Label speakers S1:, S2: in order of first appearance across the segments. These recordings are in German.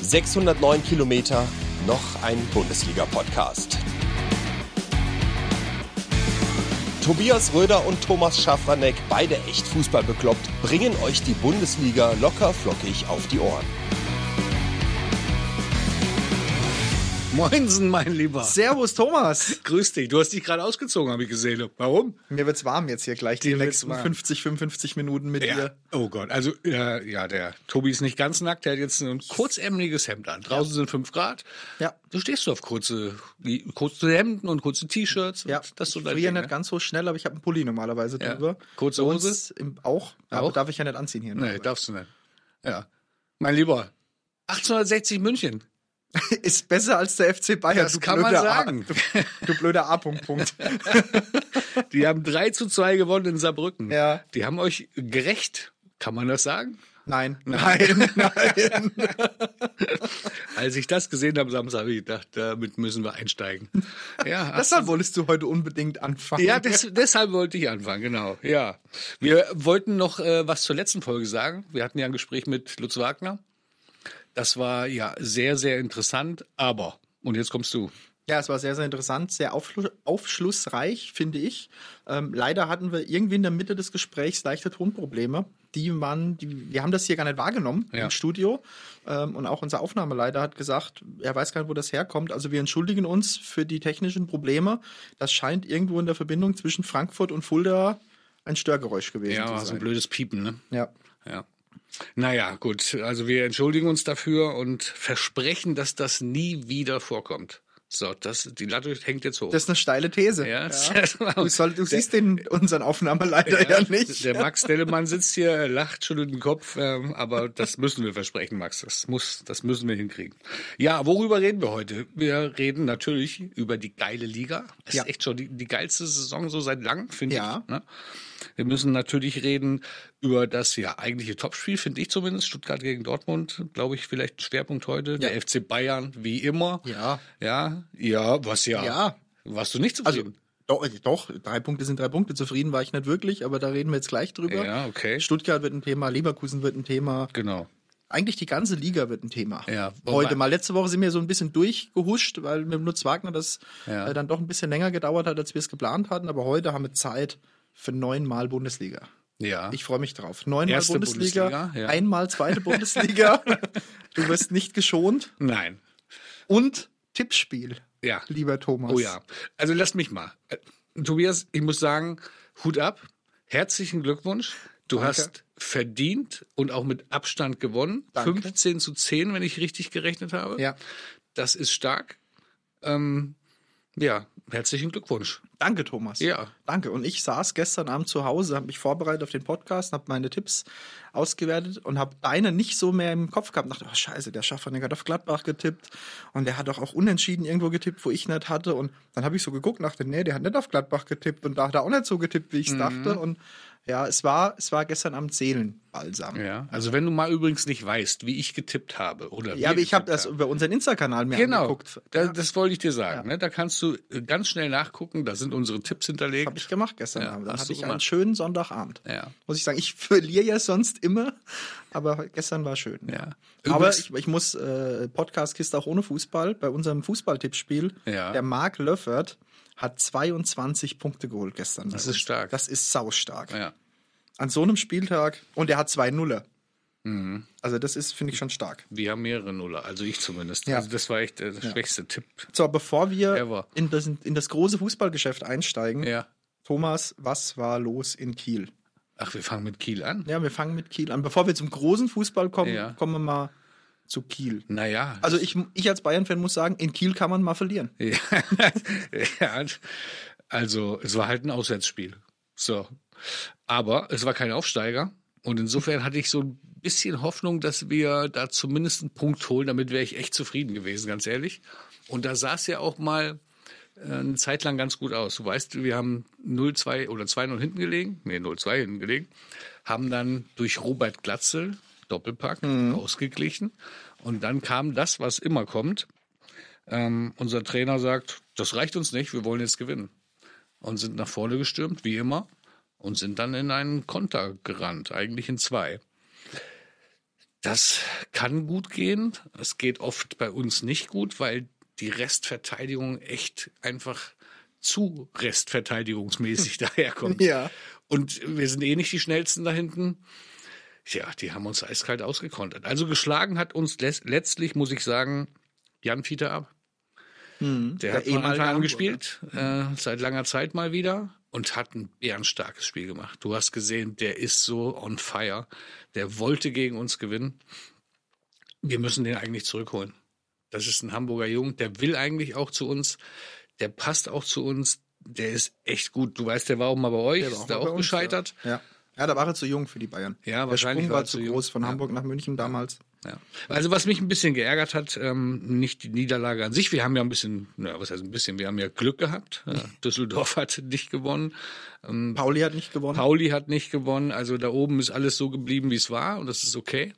S1: 609 Kilometer, noch ein Bundesliga-Podcast. Tobias Röder und Thomas Schafranek, beide echt Fußball bekloppt, bringen euch die Bundesliga locker flockig auf die Ohren.
S2: Moinsen, mein Lieber.
S3: Servus, Thomas.
S2: Grüß dich. Du hast dich gerade ausgezogen, habe ich gesehen. Warum?
S3: Mir wird's warm jetzt hier gleich, die
S2: Dir wird's um
S3: nächsten
S2: warm.
S3: 50, 55 Minuten mit
S2: Ja.
S3: dir.
S2: Oh Gott. Also, äh, ja, der Tobi ist nicht ganz nackt. Der hat jetzt ein kurzärmeliges Hemd an. Draußen sind fünf Grad.
S3: Ja.
S2: Du stehst du auf kurze, die- kurze Hemden und kurze T-Shirts. und
S3: Ja,
S2: Das ist so
S3: ich
S2: dein
S3: friere
S2: Ding,
S3: nicht
S2: ne?
S3: ganz so schnell, aber ich habe einen Pulli normalerweise
S2: Ja.
S3: drüber.
S2: Kurze
S3: Sonst
S2: Hose?
S3: Im, auch, aber
S2: Auch?
S3: darf ich ja nicht anziehen hier. ne? in der
S2: Nee,
S3: Arbeit.
S2: darfst du nicht. Ja. Mein Lieber. 1860 München.
S3: Ist besser als der FC Bayern.
S2: Das kann man
S3: blöder
S2: sagen.
S3: A, du blöder A-Punkt. Punkt.
S2: Die haben 3 zu 2 gewonnen in Saarbrücken.
S3: Ja.
S2: Die haben euch gerecht. Kann man das sagen?
S3: Nein.
S2: Nein, nein. Als ich das gesehen habe Samstag, habe ich gedacht, damit müssen wir einsteigen. Ja,
S3: Deshalb wolltest du heute unbedingt anfangen.
S2: ja des, deshalb wollte ich anfangen, genau. Ja. Wir wollten noch äh, was zur letzten Folge sagen. Wir hatten ja ein Gespräch mit Lutz Wagner. Das war ja sehr, sehr interessant, aber, und jetzt kommst du.
S3: Ja, es war sehr, sehr interessant, sehr aufschlu aufschlussreich, finde ich. Ähm, leider hatten wir irgendwie in der Mitte des Gesprächs leichte Tonprobleme, die man, die, wir haben das hier gar nicht wahrgenommen
S2: Ja.
S3: im Studio. Ähm, und auch unser Aufnahmeleiter hat gesagt, er weiß gar nicht, wo das herkommt. Also wir entschuldigen uns für die technischen Probleme. Das scheint irgendwo in der Verbindung zwischen Frankfurt und Fulda ein Störgeräusch gewesen
S2: Ja,
S3: zu
S2: so ein
S3: sein.
S2: blödes Piepen, ne?
S3: Ja.
S2: Ja. Naja, gut. Also wir entschuldigen uns dafür und versprechen, dass das nie wieder vorkommt. So, das, die Latte hängt jetzt hoch.
S3: Das ist eine steile These.
S2: ja,
S3: Du, soll, du siehst den, unseren Aufnahmeleiter ja, nicht.
S2: Der Max Dellemann sitzt hier, lacht, schüttelt den Kopf, ähm, aber das müssen wir versprechen, Max. Das muss, das müssen wir hinkriegen. Ja, worüber reden wir heute? Wir reden natürlich über die geile Liga. Es
S3: Ja.
S2: ist echt schon die, die geilste Saison so seit langem, finde
S3: Ja.
S2: ich. Ne? Wir müssen natürlich reden über das ja eigentliche Topspiel, finde ich zumindest. Stuttgart gegen Dortmund, glaube ich, vielleicht Schwerpunkt heute. Der FC Bayern, wie immer.
S3: Ja.
S2: Ja, ja, was ja.
S3: Ja.
S2: Warst du nicht
S3: Also,
S2: zufrieden?
S3: doch, doch, drei Punkte sind drei Punkte. Zufrieden war ich nicht wirklich, aber da reden wir jetzt gleich drüber.
S2: Ja, okay.
S3: Stuttgart wird ein Thema, Leverkusen wird ein Thema.
S2: genau.
S3: Eigentlich die ganze Liga wird ein Thema.
S2: Ja, wobei-
S3: Heute mal. Letzte Woche sind wir so ein bisschen durchgehuscht, weil mit Lutz Wagner das
S2: Ja.
S3: äh, dann doch ein bisschen länger gedauert hat, als wir es geplant hatten. Aber heute haben wir Zeit für neunmal Bundesliga.
S2: Ja.
S3: Ich freue mich drauf. Neunmal
S2: Erste
S3: Bundesliga,
S2: Bundesliga, ja.
S3: einmal zweite Bundesliga. du wirst nicht geschont.
S2: Nein.
S3: Und Tippspiel,
S2: Ja.
S3: lieber Thomas.
S2: Oh ja. Also lass mich mal. Äh, Tobias, ich muss sagen, Hut ab. Herzlichen Glückwunsch. Du hast verdient und auch mit Abstand gewonnen.
S3: Danke.
S2: 15 zu 10, wenn ich richtig gerechnet habe.
S3: Ja.
S2: Das ist stark. Ähm, ja, herzlichen Glückwunsch.
S3: Danke, Thomas.
S2: Ja.
S3: Danke. Und ich saß gestern Abend zu Hause, habe mich vorbereitet auf den Podcast, habe meine Tipps ausgewertet und habe deine nicht so mehr im Kopf gehabt. Und dachte, oh scheiße, der Schafferneck hat auf Gladbach getippt und der hat doch auch unentschieden irgendwo getippt, wo ich nicht hatte. Und dann habe ich so geguckt und dachte, nee, der hat nicht auf Gladbach getippt und da hat er auch nicht so getippt, wie ich
S2: Mhm.
S3: es dachte. Und ja, es war, es war gestern Abend Seelenbalsam.
S2: Ja. Also wenn du mal übrigens nicht weißt, wie ich getippt habe oder
S3: Ja, aber ich habe das
S2: das
S3: über unseren Insta-Kanal mir
S2: Genau,
S3: angeguckt.
S2: da, das wollte ich dir sagen. Ne? Da kannst du äh, ganz schnell nachgucken, da sind unsere Tipps hinterlegt.
S3: Habe ich gemacht gestern
S2: Ja,
S3: Abend. Dann
S2: hast
S3: hatte
S2: du
S3: ich einen
S2: gemacht.
S3: schönen Sonntagabend.
S2: Ja.
S3: Muss ich sagen, ich verliere ja sonst immer, aber gestern war schön.
S2: Ja.
S3: Aber
S2: Übrigens-
S3: ich, ich muss äh, Podcast Kiste auch ohne Fußball bei unserem Fußballtippspiel.
S2: Ja.
S3: Der Marc Löffert hat 22 Punkte geholt gestern. bei
S2: Das ist
S3: uns.
S2: stark.
S3: Das ist saustark.
S2: ja.
S3: An so einem Spieltag und er hat zwei Nuller.
S2: Mhm.
S3: Also das ist finde ich schon stark.
S2: Wir haben mehrere Nuller, also ich zumindest.
S3: Ja.
S2: Also das war echt äh, der schwächste Tipp.
S3: So, bevor wir
S2: Ever.
S3: in das, in das große Fußballgeschäft einsteigen,
S2: Ja.
S3: Thomas, was war los in Kiel?
S2: Ach, wir fangen mit Kiel an.
S3: Ja, wir fangen mit Kiel an. Bevor wir zum großen Fußball kommen,
S2: Ja.
S3: kommen wir mal zu Kiel.
S2: Naja.
S3: Also ich, ich als Bayern-Fan muss sagen, in Kiel kann man mal verlieren.
S2: ja. ja. Also es war halt ein Auswärtsspiel. So. Aber es war kein Aufsteiger. Und insofern hatte ich so ein bisschen Hoffnung, dass wir da zumindest einen Punkt holen. Damit wäre ich echt zufrieden gewesen, ganz ehrlich. Und da sah es ja auch mal äh, eine Zeit lang ganz gut aus. Du weißt, wir haben 0-2 oder 2-0 hinten gelegen, nee, 0-2 hinten gelegen, haben dann durch Robert Glatzel, Doppelpack, ausgeglichen. Und dann kam das, was immer kommt. Ähm, unser Trainer sagt, das reicht uns nicht, wir wollen jetzt gewinnen. Und sind nach vorne gestürmt, wie immer, und sind dann in einen Konter gerannt, eigentlich in zwei. Das kann gut gehen. Es geht oft bei uns nicht gut, weil die Restverteidigung echt einfach zu restverteidigungsmäßig daherkommt.
S3: Ja.
S2: Und wir sind eh nicht die schnellsten da hinten. Ja, die haben uns eiskalt ausgekontert. Also geschlagen hat uns les- letztlich, muss ich sagen, Jan Fieter ab. Der, hat von
S3: ehemalige
S2: Anfang an
S3: Hamburger.
S2: gespielt, äh, seit langer Zeit mal wieder und hat ein bärenstarkes Spiel gemacht. Du hast gesehen, der ist so on fire. Der wollte gegen uns gewinnen. Wir müssen den eigentlich zurückholen. Das ist ein Hamburger Jung, der will eigentlich auch zu uns, der passt auch zu uns, der ist echt gut. Du weißt, der war auch mal bei euch,
S3: Der war
S2: ist
S3: mal
S2: da
S3: bei
S2: auch
S3: uns,
S2: gescheitert.
S3: Ja. ja, da war er zu jung für die Bayern.
S2: Ja,
S3: Der
S2: wahrscheinlich
S3: Sprung
S2: war
S3: war,
S2: er
S3: zu
S2: zu jung.
S3: groß von
S2: Ja.
S3: Hamburg nach München damals.
S2: Ja. Also was mich ein bisschen geärgert hat, ähm, nicht die Niederlage an sich. Wir haben ja ein bisschen, na, was heißt ein bisschen, wir haben ja Glück gehabt. Ja, Düsseldorf hat nicht gewonnen,
S3: Pauli hat nicht gewonnen.
S2: Pauli hat nicht gewonnen. Also da oben ist alles so geblieben, wie es war und das ist okay.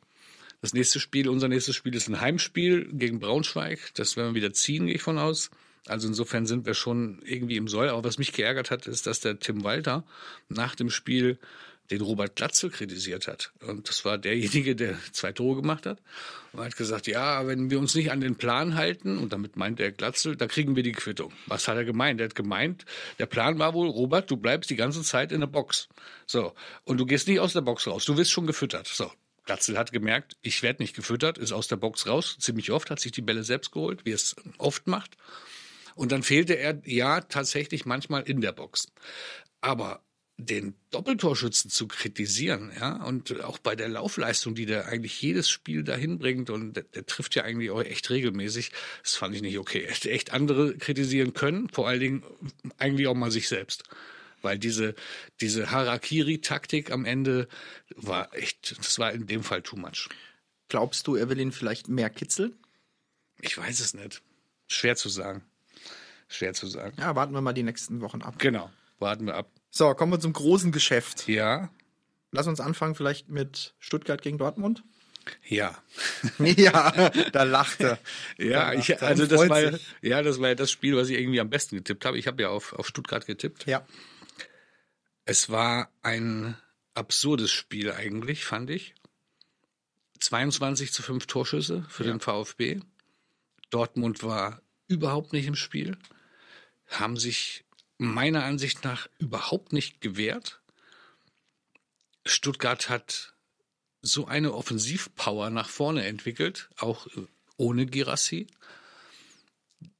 S2: Das nächste Spiel, unser nächstes Spiel ist ein Heimspiel gegen Braunschweig. Das werden wir wieder ziehen, gehe ich von aus. Also insofern sind wir schon irgendwie im Soll. Aber was mich geärgert hat, ist, dass der Tim Walter nach dem Spiel den Robert Glatzel kritisiert hat. Und das war derjenige, der zwei Tore gemacht hat. Und hat gesagt, ja, wenn wir uns nicht an den Plan halten, und damit meint der Glatzel, da kriegen wir die Quittung. Was hat er gemeint? Er hat gemeint, der Plan war wohl, Robert, du bleibst die ganze Zeit in der Box. So. Und du gehst nicht aus der Box raus. Du wirst schon gefüttert. So. Glatzel hat gemerkt, ich werde nicht gefüttert, ist aus der Box raus, ziemlich oft, hat sich die Bälle selbst geholt, wie er es oft macht. Und dann fehlte er ja tatsächlich manchmal in der Box. Aber den Doppeltorschützen zu kritisieren, ja, und auch bei der Laufleistung, die der eigentlich jedes Spiel dahin bringt, und der, der trifft ja eigentlich auch echt regelmäßig, das fand ich nicht okay. Er hätte echt andere kritisieren können, vor allen Dingen eigentlich auch mal sich selbst. Weil diese, diese Harakiri-Taktik am Ende war echt, das war in dem Fall too much.
S3: Glaubst du, er will ihn vielleicht mehr kitzeln?
S2: Ich weiß es nicht. Schwer zu sagen. Schwer zu sagen.
S3: Ja, warten wir mal die nächsten Wochen ab.
S2: Genau. Warten wir ab.
S3: So, kommen wir zum großen Geschäft.
S2: Ja,
S3: Lass uns anfangen vielleicht mit Stuttgart gegen Dortmund.
S2: ja.
S3: ja, da lachte.
S2: Ja, ich, also das war, ja, das war ja das Spiel, was ich irgendwie am besten getippt habe. Ich habe ja auf, auf Stuttgart getippt.
S3: Ja,
S2: Es war ein absurdes Spiel eigentlich, fand ich. 22 zu 5 Torschüsse für den VfB. Dortmund war überhaupt nicht im Spiel, haben sich meiner Ansicht nach überhaupt nicht gewehrt. Stuttgart hat so eine Offensivpower nach vorne entwickelt, auch ohne Girassi.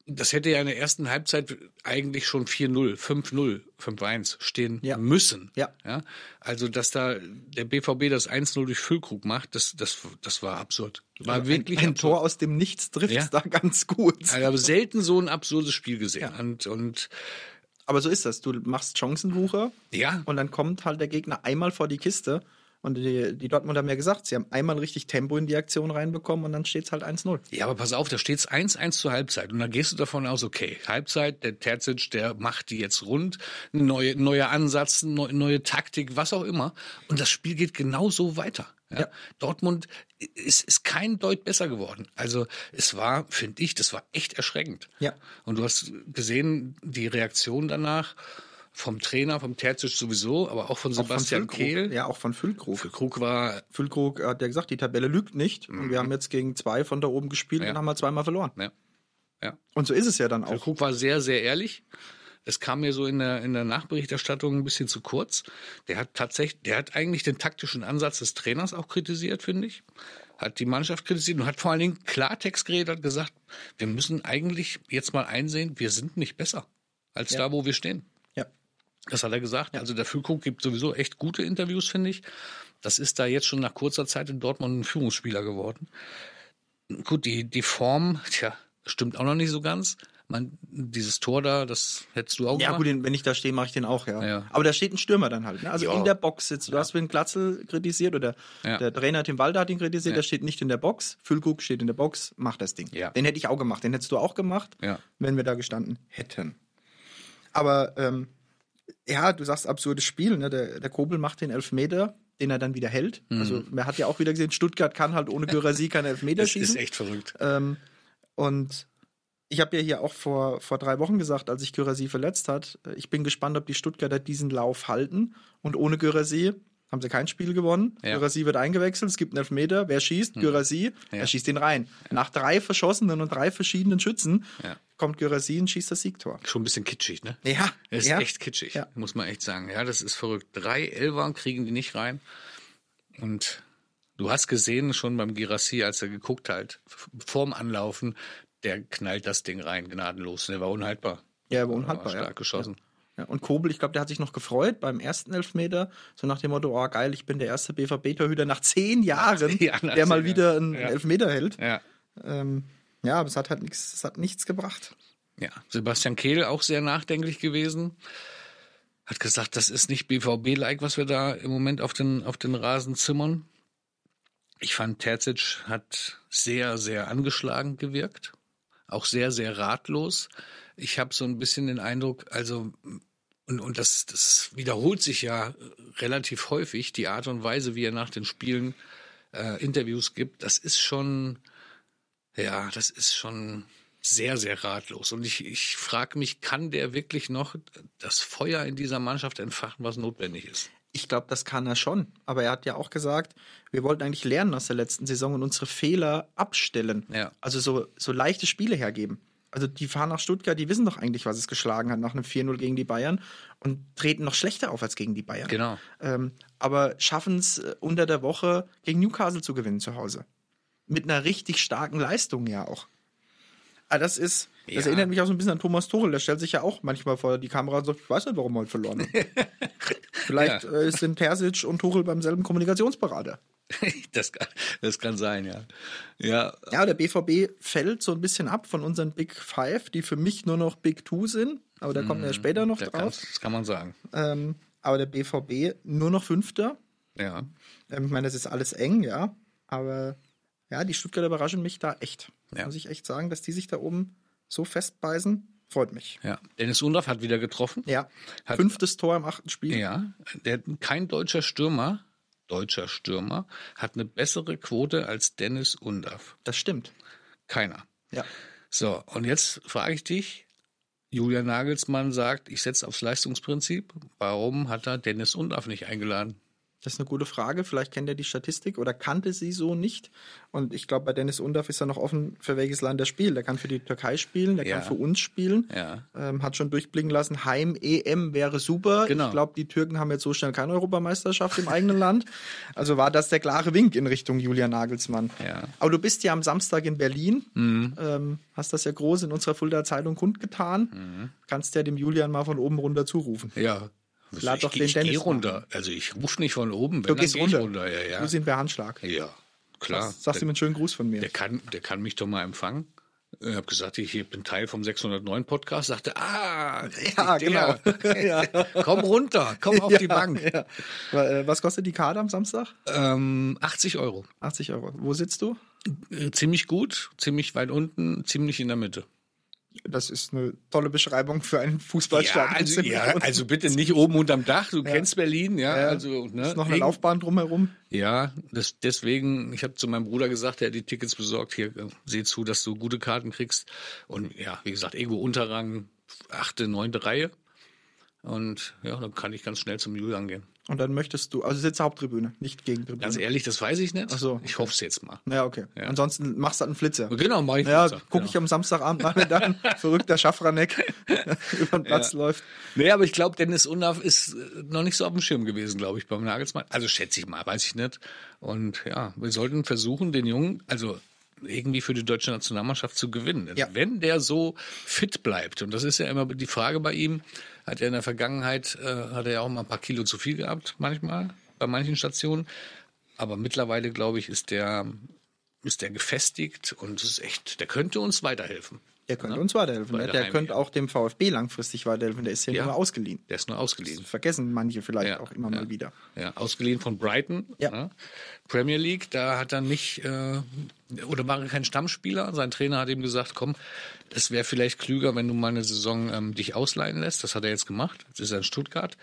S2: Das hätte ja in der ersten Halbzeit eigentlich schon 4-0, 5-0, 5-1 stehen
S3: Ja.
S2: müssen.
S3: Ja.
S2: Ja, also, dass da der BVB das 1-0 durch Füllkrug macht, das, das, das war absurd. War wirklich
S3: ein, ein
S2: absurd.
S3: Tor aus dem Nichts trifft
S2: Ja.
S3: da ganz gut.
S2: Also, ich habe selten so ein absurdes Spiel gesehen. Und, und
S3: Aber so ist das. Du machst Chancenwucher
S2: ja,
S3: und dann kommt halt der Gegner einmal vor die Kiste. Und die, die Dortmund haben ja gesagt, sie haben einmal richtig Tempo in die Aktion reinbekommen und dann steht es halt 1-0.
S2: ja, aber pass auf, da steht es 1-1 zur Halbzeit. Und dann gehst du davon aus, okay, Halbzeit, der Terzic, der macht die jetzt rund, neue, neuer Ansatz, neu, neue Taktik, was auch immer. Und das Spiel geht genauso weiter. Ja. Dortmund ist, ist kein Deut besser geworden. Also es war, finde ich, das war echt erschreckend.
S3: Ja.
S2: Und du hast gesehen, die Reaktion danach vom Trainer, vom Terzic sowieso, aber auch von
S3: Auch von
S2: Sebastian
S3: Füllkrug.
S2: Kehl.
S3: Ja, auch von Füllkrug.
S2: Krug war
S3: Füllkrug hat ja gesagt, die Tabelle lügt nicht.
S2: Mhm.
S3: Und wir haben jetzt gegen zwei von da oben gespielt
S2: Ja.
S3: und haben mal zweimal verloren.
S2: Ja. Ja.
S3: Und so ist es ja dann
S2: Der
S3: auch.
S2: Krug war sehr, sehr ehrlich. Es kam mir so in der, in der Nachberichterstattung ein bisschen zu kurz. Der hat tatsächlich, der hat eigentlich den taktischen Ansatz des Trainers auch kritisiert, finde ich. Hat die Mannschaft kritisiert und hat vor allen Dingen Klartext geredet, hat gesagt, wir müssen eigentlich jetzt mal einsehen, wir sind nicht besser als da, wo wir stehen.
S3: Ja.
S2: Das hat er gesagt. Also der Füllkrug gibt sowieso echt gute Interviews, finde ich. Das ist da jetzt schon nach kurzer Zeit in Dortmund ein Führungsspieler geworden. Gut, die, die Form, tja, stimmt auch noch nicht so ganz. Man, dieses Tor da, das hättest du auch
S3: Ja,
S2: gemacht.
S3: gut, den, wenn ich da stehe, mache ich den auch, ja.
S2: Ja.
S3: Aber da steht ein Stürmer dann halt. Ne? Also
S2: Ja.
S3: in der Box sitzt. Du hast den Glatzel kritisiert oder
S2: Ja.
S3: der Trainer Tim Walder hat ihn kritisiert, der steht nicht in der Box. Füllkrug steht in der Box, macht das Ding.
S2: Ja.
S3: Den hätte ich auch gemacht, den hättest du auch gemacht,
S2: Ja.
S3: wenn wir da gestanden hätten. Aber ähm, ja, du sagst absurdes Spiel. Ne? Der, der Kobel macht den Elfmeter, den er dann wieder hält. Also man hat ja auch wieder gesehen, Stuttgart kann halt ohne Gyrassi keinen Elfmeter
S2: das
S3: schießen.
S2: ist echt verrückt.
S3: Ähm, und ich habe ja hier auch vor, vor drei Wochen gesagt, als sich äh, Gyrassi verletzt hat, ich bin gespannt, ob die Stuttgarter diesen Lauf halten und ohne Gyrassi haben sie kein Spiel gewonnen.
S2: Ja. Hm.
S3: Gyrassi wird eingewechselt, es gibt einen Elfmeter. Wer schießt? Gyrassi.
S2: Ja.
S3: Er schießt ihn rein. Nach drei verschossenen und drei verschiedenen Schützen
S2: Ja.
S3: kommt Gyrassi und schießt das Siegtor.
S2: Schon ein bisschen kitschig, ne?
S3: Ja,
S2: Das ist
S3: ja.
S2: echt kitschig,
S3: Ja.
S2: muss man echt sagen. Ja, das ist verrückt. Drei Elfer kriegen die nicht rein. Und du hast gesehen, schon beim Girassi, als er geguckt hat, f- vorm Anlaufen, der knallt das Ding rein, gnadenlos. Der war unhaltbar.
S3: Ja, er war
S2: Der
S3: unhaltbar,
S2: Stark
S3: ja.
S2: geschossen.
S3: Ja, und Kobel, ich glaube, der hat sich noch gefreut beim ersten Elfmeter, so nach dem Motto, oh geil, ich bin der erste BVB-Torhüter nach zehn Jahren,
S2: zehn Jahren, nach
S3: der mal
S2: zehn
S3: wieder einen
S2: Ja.
S3: Elfmeter hält.
S2: Ja.
S3: Ähm, ja, aber es hat halt nichts, es hat nichts gebracht.
S2: ja. Sebastian Kehl auch sehr nachdenklich gewesen. Hat gesagt, das ist nicht BVB-like, was wir da im Moment auf den, auf den Rasen zimmern. Ich fand, Terzic hat sehr, sehr angeschlagen gewirkt. Auch sehr, sehr ratlos. Ich habe so ein bisschen den Eindruck, also, und, und das, das wiederholt sich ja relativ häufig, die Art und Weise, wie er nach den Spielen äh, Interviews gibt, das ist schon, ja, das ist schon sehr, sehr ratlos. Und ich, ich frage mich, kann der wirklich noch das Feuer in dieser Mannschaft entfachen, was notwendig ist?
S3: Ich glaube, das kann er schon. Aber er hat ja auch gesagt, wir wollten eigentlich lernen aus der letzten Saison und unsere Fehler abstellen.
S2: Ja.
S3: Also so, so leichte Spiele hergeben. Also die fahren nach Stuttgart, die wissen doch eigentlich, was es geschlagen hat nach einem 4-0 gegen die Bayern und treten noch schlechter auf als gegen die Bayern.
S2: Genau.
S3: Ähm, aber schaffen es unter der Woche gegen Newcastle zu gewinnen zu Hause. Mit einer richtig starken Leistung ja auch. Aber das ist, das
S2: Ja.
S3: erinnert mich auch so ein bisschen an Thomas Tuchel. Der stellt sich ja auch manchmal vor die Kamera und sagt, ich weiß nicht, warum wir heute verloren haben. Vielleicht
S2: Ja.
S3: äh, sind Persic und Tuchel beim selben Kommunikationsberater.
S2: Das kann, das kann sein, ja. Ja,
S3: Ja, der BVB fällt so ein bisschen ab von unseren Big Five, die für mich nur noch Big Two sind. Aber da kommen wir Äh,
S2: Mhm,
S3: später noch
S2: ähm, da kann,
S3: drauf.
S2: das kann man sagen.
S3: Ähm, aber der BVB nur noch Fünfter.
S2: Ja.
S3: Ähm, Ich meine, das ist alles eng, ja. Aber ja, die Stuttgarter überraschen mich da echt.
S2: Ja.
S3: Muss ich echt sagen, dass die sich da oben so festbeißen, freut mich.
S2: ja. Dennis Undaff hat wieder getroffen.
S3: Ja.
S2: Hat-
S3: Fünftes Tor im achten Spiel.
S2: Ja, der, kein deutscher Stürmer, deutscher Stürmer, hat eine bessere Quote als Dennis Undaff.
S3: Das stimmt.
S2: Keiner.
S3: Ja.
S2: So, und jetzt frage ich dich, Julian Nagelsmann sagt, ich setze aufs Leistungsprinzip. Warum hat er Dennis Undaff nicht eingeladen?
S3: Das ist eine gute Frage. Vielleicht kennt er die Statistik oder kannte sie so nicht. Und ich glaube, bei Dennis Undaff ist er noch offen, für welches Land er spielt. Der kann für die Türkei spielen, der
S2: Ja.
S3: kann für uns spielen.
S2: Ja.
S3: Ähm, hat schon durchblicken lassen, Heim-EM wäre super.
S2: Genau.
S3: Ich glaube, die Türken haben jetzt so schnell keine Europameisterschaft im eigenen Land. Also war das der klare Wink in Richtung Julian Nagelsmann.
S2: Ja. Mhm.
S3: Aber du bist ja am Samstag in Berlin, ähm, hast das ja groß in unserer Fulda Zeitung kundgetan.
S2: Mhm.
S3: Kannst ja dem Julian mal von oben runter zurufen.
S2: Ja.
S3: Lad
S2: ich,
S3: doch
S2: geh-
S3: den
S2: ich
S3: Dennis
S2: gehe
S3: mal
S2: runter. Also ich rufe nicht von oben, wenn
S3: Du gehst
S2: dann geh ich
S3: runter.
S2: runter. Ja,
S3: Du
S2: ja.
S3: sind per Handschlag.
S2: ja klar.
S3: Sagst ihm einen schönen Gruß von mir.
S2: Der kann, der kann mich doch mal empfangen. Ich habe gesagt, ich bin Teil vom 609 Podcast. Sagte, ah,
S3: Ja,
S2: richtig,
S3: genau. ja.
S2: komm runter, komm auf die Bank.
S3: Ja. Aber, äh, Was kostet die Karte am Samstag?
S2: Ähm, 80 Euro.
S3: 80 Euro. Wo sitzt du?
S2: Äh, Ziemlich gut, ziemlich weit unten, ziemlich in der Mitte.
S3: Das ist eine tolle Beschreibung für einen Fußballstadion.
S2: also, ja, also bitte nicht oben unterm Dach. Du kennst Berlin, ja.
S3: Ja.
S2: also, ne,
S3: ist noch eine
S2: wegen-
S3: Laufbahn drumherum.
S2: Ja, das, deswegen, ich habe zu meinem Bruder gesagt, der hat die Tickets besorgt, hier, äh, seh zu, dass du gute Karten kriegst. Und ja, wie gesagt, irgendwo Unterrang, achte, neunte Reihe. Und ja, dann kann ich ganz schnell zum Julian gehen.
S3: Und dann möchtest du, also sitzt Haupttribüne, nicht Gegentribüne.
S2: Ganz ehrlich, das weiß ich nicht.
S3: Ach so.
S2: Ich hoff's jetzt mal.
S3: ja, okay.
S2: Ja.
S3: Ansonsten machst du halt einen Flitzer.
S2: Genau, mach ich
S3: Ja,
S2: jetzt so.
S3: gucke
S2: genau.
S3: ich am Samstagabend mal, wenn dann verrückter Schaffranek über den Platz läuft.
S2: Nee, aber ich glaube, Dennis Undaff ist äh, noch nicht so auf dem Schirm gewesen, glaube ich, beim Nagelsmann. Also schätze ich mal, weiß ich nicht. Und ja, wir sollten versuchen, den Jungen, also irgendwie für die deutsche Nationalmannschaft zu gewinnen.
S3: Ja.
S2: Wenn der so fit bleibt, und das ist ja immer die Frage bei ihm, hat er in der Vergangenheit, äh, hat er ja auch mal ein paar Kilo zu viel gehabt, manchmal, bei manchen Stationen. Aber mittlerweile, glaube ich, ist der, ist der gefestigt und es ist echt, der könnte uns weiterhelfen.
S3: Der könnte uns weiterhelfen.
S2: Bei
S3: Ne?
S2: der
S3: Der
S2: Heim-
S3: könnte auch dem VfB langfristig weiterhelfen. Der ist hier
S2: Ja.
S3: nur ausgeliehen.
S2: Der ist nur
S3: Das
S2: ausgeliehen.
S3: vergessen manche vielleicht
S2: Ja,
S3: auch immer
S2: ja.
S3: mal wieder.
S2: Ja, ausgeliehen von Brighton.
S3: Ja.
S2: Ne? Premier League, da hat er nicht, äh, oder war er kein Stammspieler. Sein Trainer hat ihm gesagt, komm, es wäre vielleicht klüger, wenn du mal eine Saison ähm, dich ausleihen lässt. Das hat er jetzt gemacht. Jetzt ist er in Stuttgart.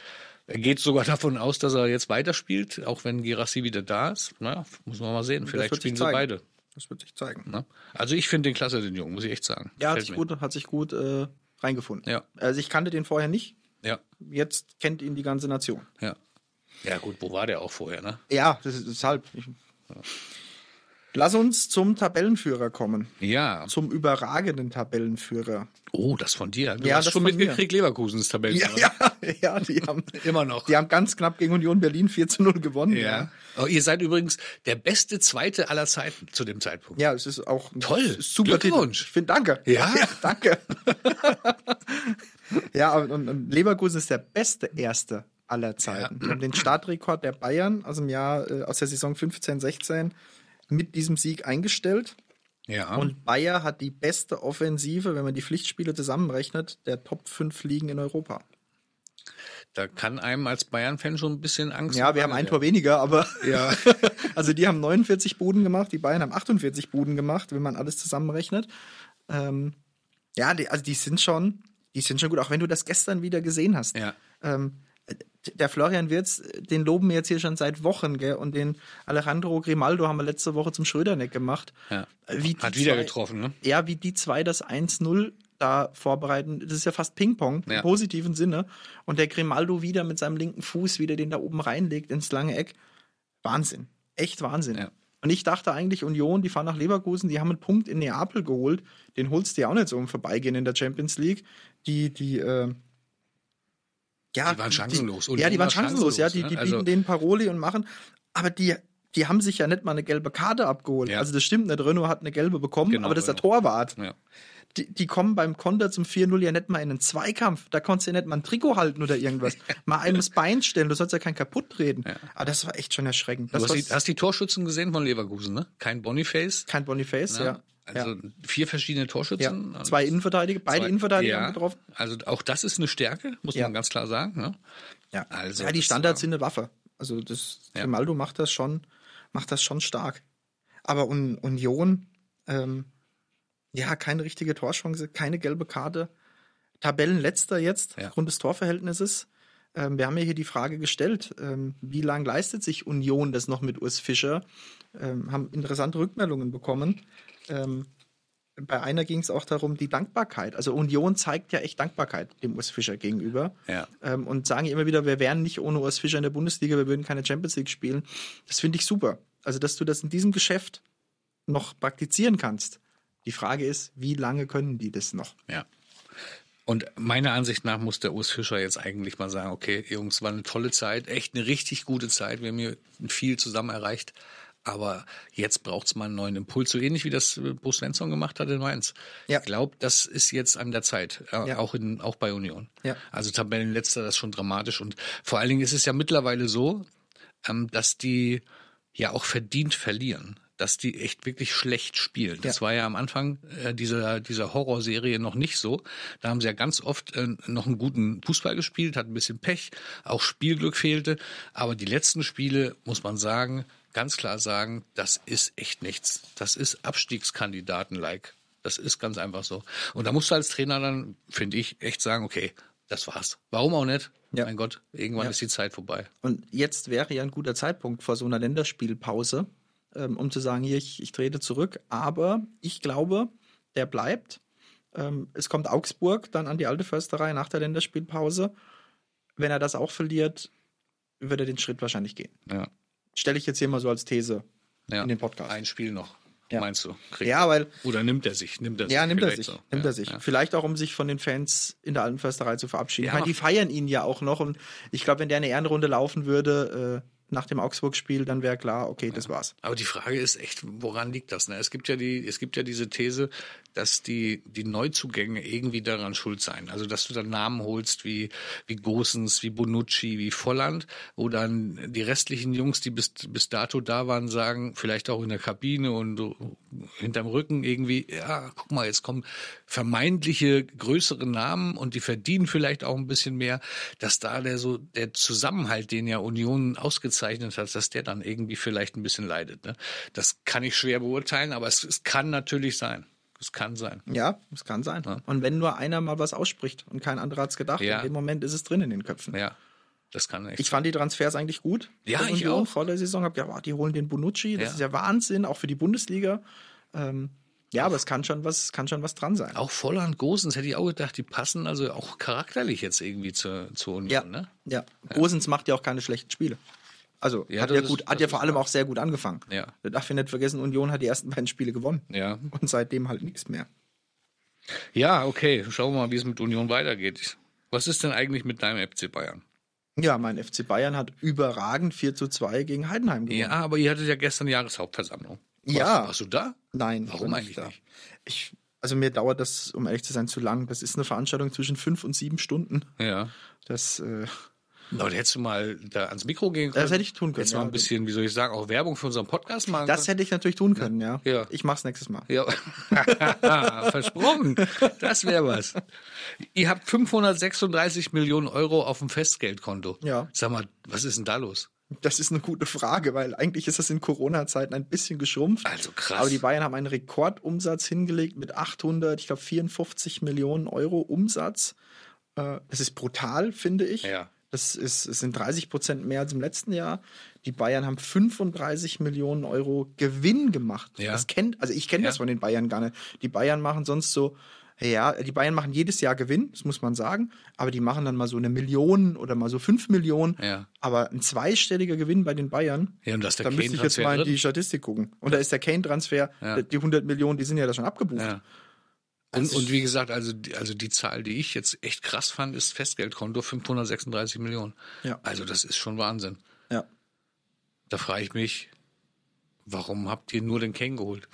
S2: Er geht sogar davon aus, dass er jetzt weiterspielt, auch wenn Girassi wieder da ist. Na, muss man mal sehen. Vielleicht
S3: wird sich
S2: spielen sie
S3: zeigen.
S2: beide.
S3: Das wird sich zeigen.
S2: Ne? Also ich finde den klasse, den Jungen, muss ich echt sagen.
S3: Ja, hat
S2: Gefällt
S3: sich
S2: mir.
S3: gut, hat sich gut äh, reingefunden.
S2: Ja.
S3: Also ich kannte den vorher nicht.
S2: Ja,
S3: Jetzt kennt ihn die ganze Nation.
S2: ja. Ja, gut, wo war der auch vorher, ne?
S3: Ja, das ist deshalb. Ich, Lass uns zum Tabellenführer kommen.
S2: Ja.
S3: Zum überragenden Tabellenführer.
S2: Oh, das von dir. Du
S3: Ja,
S2: hast
S3: das
S2: schon
S3: von mir.
S2: mitgekriegt, Leverkusen ist Tabellenführer.
S3: ja, die haben,
S2: Immer noch.
S3: die haben ganz knapp gegen Union Berlin 4 zu 0 gewonnen.
S2: Ja. Oh, ihr seid übrigens der beste Zweite aller Zeiten zu dem Zeitpunkt.
S3: Ja, es ist auch ein
S2: Toll.
S3: super
S2: Glückwunsch.
S3: Titel. Ich finde, danke.
S2: Ja.
S3: danke. ja, und, und- und Leverkusen ist der beste Erste aller Zeiten. Wir haben den Startrekord der Bayern aus dem Jahr, äh, aus der Saison 15, 16 mit diesem Sieg eingestellt.
S2: Ja.
S3: Und Bayer hat die beste Offensive, wenn man die Pflichtspiele zusammenrechnet, der Top 5 Ligen in Europa.
S2: da kann einem als Bayern-Fan schon ein bisschen Angst
S3: Ja, wir haben
S2: machen.
S3: ein Tor weniger, aber
S2: Ja.
S3: also die haben 49 Buden gemacht, die Bayern haben 48 Buden gemacht, wenn man alles zusammenrechnet. Ähm, ja, die, also die sind schon, die sind schon gut, auch wenn du das gestern wieder gesehen hast.
S2: Ja.
S3: Ähm, der Florian Wirz, den loben wir jetzt hier schon seit Wochen, gell? Und den Alejandro Grimaldo haben wir letzte Woche zum Schröderneck gemacht.
S2: ja.
S3: Wie die
S2: Hat wieder
S3: zwei-
S2: getroffen, ne?
S3: ja, wie die zwei das 1-0 da vorbereiten, das ist ja fast Ping-Pong
S2: Ja.
S3: im positiven Sinne. Und der Grimaldo wieder mit seinem linken Fuß wieder den da oben reinlegt ins lange Eck. Wahnsinn. Echt Wahnsinn.
S2: Ja.
S3: Und ich dachte eigentlich, Union, die fahren nach Leverkusen, die haben einen Punkt in Neapel geholt. Den holst du ja auch nicht so um Vorbeigehen in der Champions League. Die, die, äh, ja,
S2: Die waren chancenlos. Union
S3: ja, die
S2: war
S3: waren chancenlos. Ja, die,
S2: ne?
S3: die bieten
S2: Also-
S3: den Paroli und machen. Aber die, die haben sich ja nicht mal eine gelbe Karte abgeholt.
S2: Ja.
S3: Also das stimmt nicht. Renault hat eine gelbe bekommen,
S2: Genau,
S3: aber das ist der
S2: genau.
S3: Torwart.
S2: Ja.
S3: Die, die kommen beim Konter zum 4-0 ja nicht mal in einen Zweikampf. Da konntest du ja nicht mal ein Trikot halten oder irgendwas. mal einem das Bein stellen, du sollst ja keinen kaputt treten. Aber das war echt schon erschreckend. Das
S2: Du hast,
S3: war
S2: die, hast die Torschützen gesehen von Leverkusen, ne? Kein Boniface.
S3: kein Boniface,
S2: ne?
S3: ja.
S2: Also vier verschiedene
S3: ja.
S2: Torschützen.
S3: ja. Zwei Innenverteidiger, beide
S2: Zwei-
S3: Innenverteidiger
S2: ja.
S3: haben getroffen.
S2: Also auch das ist eine Stärke, muss
S3: Ja.
S2: man ganz klar sagen. Ne?
S3: Ja,
S2: Also
S3: ja die
S2: das
S3: Standards
S2: war-
S3: sind eine Waffe. Also das
S2: Ja.
S3: Grimaldo macht das schon, macht das schon stark. Aber Un Union, ähm, ja, keine richtige Torchance, keine gelbe Karte. Tabellenletzter jetzt
S2: Ja.
S3: aufgrund des Torverhältnisses. Ähm, wir haben ja hier die Frage gestellt, ähm, wie lange leistet sich Union das noch mit Urs Fischer? Ähm, haben interessante Rückmeldungen bekommen. Ähm, bei einer ging es auch darum, die Dankbarkeit. Also Union zeigt ja echt Dankbarkeit dem Urs Fischer gegenüber
S2: Ja.
S3: ähm, und sagen immer wieder, wir wären nicht ohne Urs Fischer in der Bundesliga, wir würden keine Champions League spielen. Das finde ich super. Also, dass du das in diesem Geschäft noch praktizieren kannst. Die Frage ist, wie lange können die das noch?
S2: Ja. Und meiner Ansicht nach muss der Urs Fischer jetzt eigentlich mal sagen, okay, Jungs, war eine tolle Zeit, echt eine richtig gute Zeit. Wir haben hier viel zusammen erreicht. Aber jetzt braucht's mal einen neuen Impuls, so ähnlich wie das äh, Bo Svensson gemacht hat in Mainz.
S3: Ja.
S2: Ich glaube, das ist jetzt an der Zeit, äh,
S3: Ja.
S2: auch, in, auch bei Union.
S3: Ja.
S2: Also Tabellenletzter, das ist schon dramatisch. Und vor allen Dingen ist es ja mittlerweile so, ähm, dass die ja auch verdient verlieren, dass die echt wirklich schlecht spielen. Das
S3: Ja.
S2: war ja am Anfang äh, dieser, dieser Horrorserie noch nicht so. Da haben sie ja ganz oft äh, noch einen guten Fußball gespielt, hatten ein bisschen Pech, auch Spielglück fehlte. Aber die letzten Spiele, muss man sagen, ganz klar sagen, das ist echt nichts. Das ist Abstiegskandidaten-like. Das ist ganz einfach so. Und da musst du als Trainer dann, finde ich, echt sagen, okay, das war's. Warum auch nicht?
S3: Ja.
S2: Mein Gott, irgendwann
S3: Ja.
S2: ist die Zeit vorbei.
S3: Und jetzt wäre ja ein guter Zeitpunkt vor so einer Länderspielpause, ähm, um zu sagen, hier, ich, ich trete zurück. Aber ich glaube, der bleibt. Ähm, es kommt Augsburg dann an die alte Försterei nach der Länderspielpause. Wenn er das auch verliert, wird er den Schritt wahrscheinlich gehen.
S2: Ja.
S3: Stelle ich jetzt hier mal so als These
S2: Ja.
S3: in den Podcast.
S2: Ein Spiel noch,
S3: Ja.
S2: meinst du? Kriegt
S3: Ja, weil
S2: er. Oder nimmt er sich? Nimmt er sich
S3: ja, nimmt er
S2: vielleicht
S3: sich,
S2: so.
S3: nimmt
S2: ja.
S3: er sich.
S2: Ja.
S3: Vielleicht auch um sich von den Fans in der alten Försterei zu verabschieden.
S2: Ja,
S3: ich meine,
S2: mach-
S3: die feiern ihn ja auch noch und ich glaube, wenn der eine Ehrenrunde laufen würde äh, nach dem Augsburg-Spiel, dann wäre klar, okay, das war's.
S2: Aber die Frage ist echt, woran liegt das? Ne? Es gibt ja die, es gibt ja diese These, dass die die Neuzugänge irgendwie daran schuld seien. Also dass du dann Namen holst wie wie Gosens, wie Bonucci, wie Volland, wo dann die restlichen Jungs, die bis bis dato da waren, sagen, vielleicht auch in der Kabine und hinterm Rücken irgendwie, ja, guck mal, jetzt kommen vermeintliche größere Namen und die verdienen vielleicht auch ein bisschen mehr, dass da der so der Zusammenhalt, den ja Union ausgezeichnet hat, dass der dann irgendwie vielleicht ein bisschen leidet. Ne? Das kann ich schwer beurteilen, aber es, es kann natürlich sein. Es kann sein.
S3: Ja, das kann sein.
S2: Ja.
S3: Und wenn nur einer mal was ausspricht und kein anderer hat's gedacht,
S2: Ja.
S3: in dem Moment ist es drin in den Köpfen.
S2: Ja, das kann echt.
S3: Ich fand die Transfers eigentlich gut.
S2: Ja,
S3: von
S2: ich
S3: Union.
S2: auch.
S3: Vor der Saison habe ich gedacht, wow, die holen den Bonucci, das
S2: Ja.
S3: ist ja Wahnsinn, auch für die Bundesliga. Ähm, Ja, aber es kann schon was, kann schon was dran sein.
S2: Auch Volland Gosens hätte ich auch gedacht, die passen also auch charakterlich jetzt irgendwie zur, zur Union,
S3: Ja,
S2: ne?
S3: ja. Gosens macht ja auch keine schlechten Spiele. Also
S2: Ja,
S3: hat
S2: das
S3: ja
S2: ist-
S3: gut, hat
S2: das
S3: ja
S2: ist
S3: vor allem auch sehr gut angefangen.
S2: Ja.
S3: Da darf ich nicht vergessen, Union hat die ersten beiden Spiele gewonnen.
S2: Ja.
S3: Und seitdem halt nichts mehr.
S2: Ja, okay. Schauen wir mal, wie es mit Union weitergeht. Was ist denn eigentlich mit deinem FC Bayern?
S3: Ja, mein FC Bayern hat überragend 4 zu 2 gegen Heidenheim gewonnen.
S2: Ja, aber ihr hattet ja gestern Jahreshauptversammlung. Warst,
S3: Ja.
S2: Warst du da?
S3: Nein.
S2: Warum
S3: bin
S2: eigentlich
S3: da.
S2: nicht?
S3: Ich, also mir dauert das, um ehrlich zu sein, zu lang. Das ist eine Veranstaltung zwischen fünf und sieben Stunden.
S2: Ja.
S3: Das, äh,
S2: Na, dann hättest du mal da ans Mikro gehen können.
S3: Das hätte ich tun können,
S2: Jetzt mal
S3: ja.
S2: ein bisschen, wie soll ich sagen, auch Werbung für unseren Podcast machen.
S3: das hätte ich natürlich tun können, ja.
S2: Ja.
S3: Ich mach's nächstes Mal.
S2: Ja, versprochen. Das wäre was. Ihr habt 536 Millionen Euro auf dem Festgeldkonto.
S3: Ja.
S2: Sag mal, was ist denn da los?
S3: Das ist eine gute Frage, weil eigentlich ist das in Corona-Zeiten ein bisschen geschrumpft.
S2: Also krass.
S3: Aber die Bayern haben einen Rekordumsatz hingelegt mit 800, ich glaube 54 Millionen Euro Umsatz. Äh, Das ist brutal, finde ich.
S2: Ja.
S3: Das, ist, es sind 30 Prozent mehr als im letzten Jahr. Die Bayern haben 35 Millionen Euro Gewinn gemacht.
S2: Ja.
S3: Das kennt, also ich kenne
S2: Ja.
S3: das von den Bayern gar nicht. Die Bayern machen sonst so, ja, die Bayern machen jedes Jahr Gewinn, das muss man sagen, aber die machen dann mal so eine Million oder mal so fünf Millionen.
S2: Ja.
S3: Aber ein zweistelliger Gewinn bei den Bayern,
S2: Ja, und da ist der
S3: da müsste ich jetzt
S2: Kane-Transfer
S3: mal in
S2: drin.
S3: die Statistik gucken. Und da ist der Kane-Transfer,
S2: Ja.
S3: die 100 Millionen, die sind ja da schon abgebucht.
S2: Ja.
S3: Das
S2: Und,
S3: ist-
S2: und wie gesagt, also, die- also die Zahl, die ich jetzt echt krass fand, ist Festgeldkonto 536 Millionen.
S3: Ja.
S2: Also das ist schon Wahnsinn.
S3: Ja.
S2: Da frage ich mich, warum habt ihr nur den Kane geholt?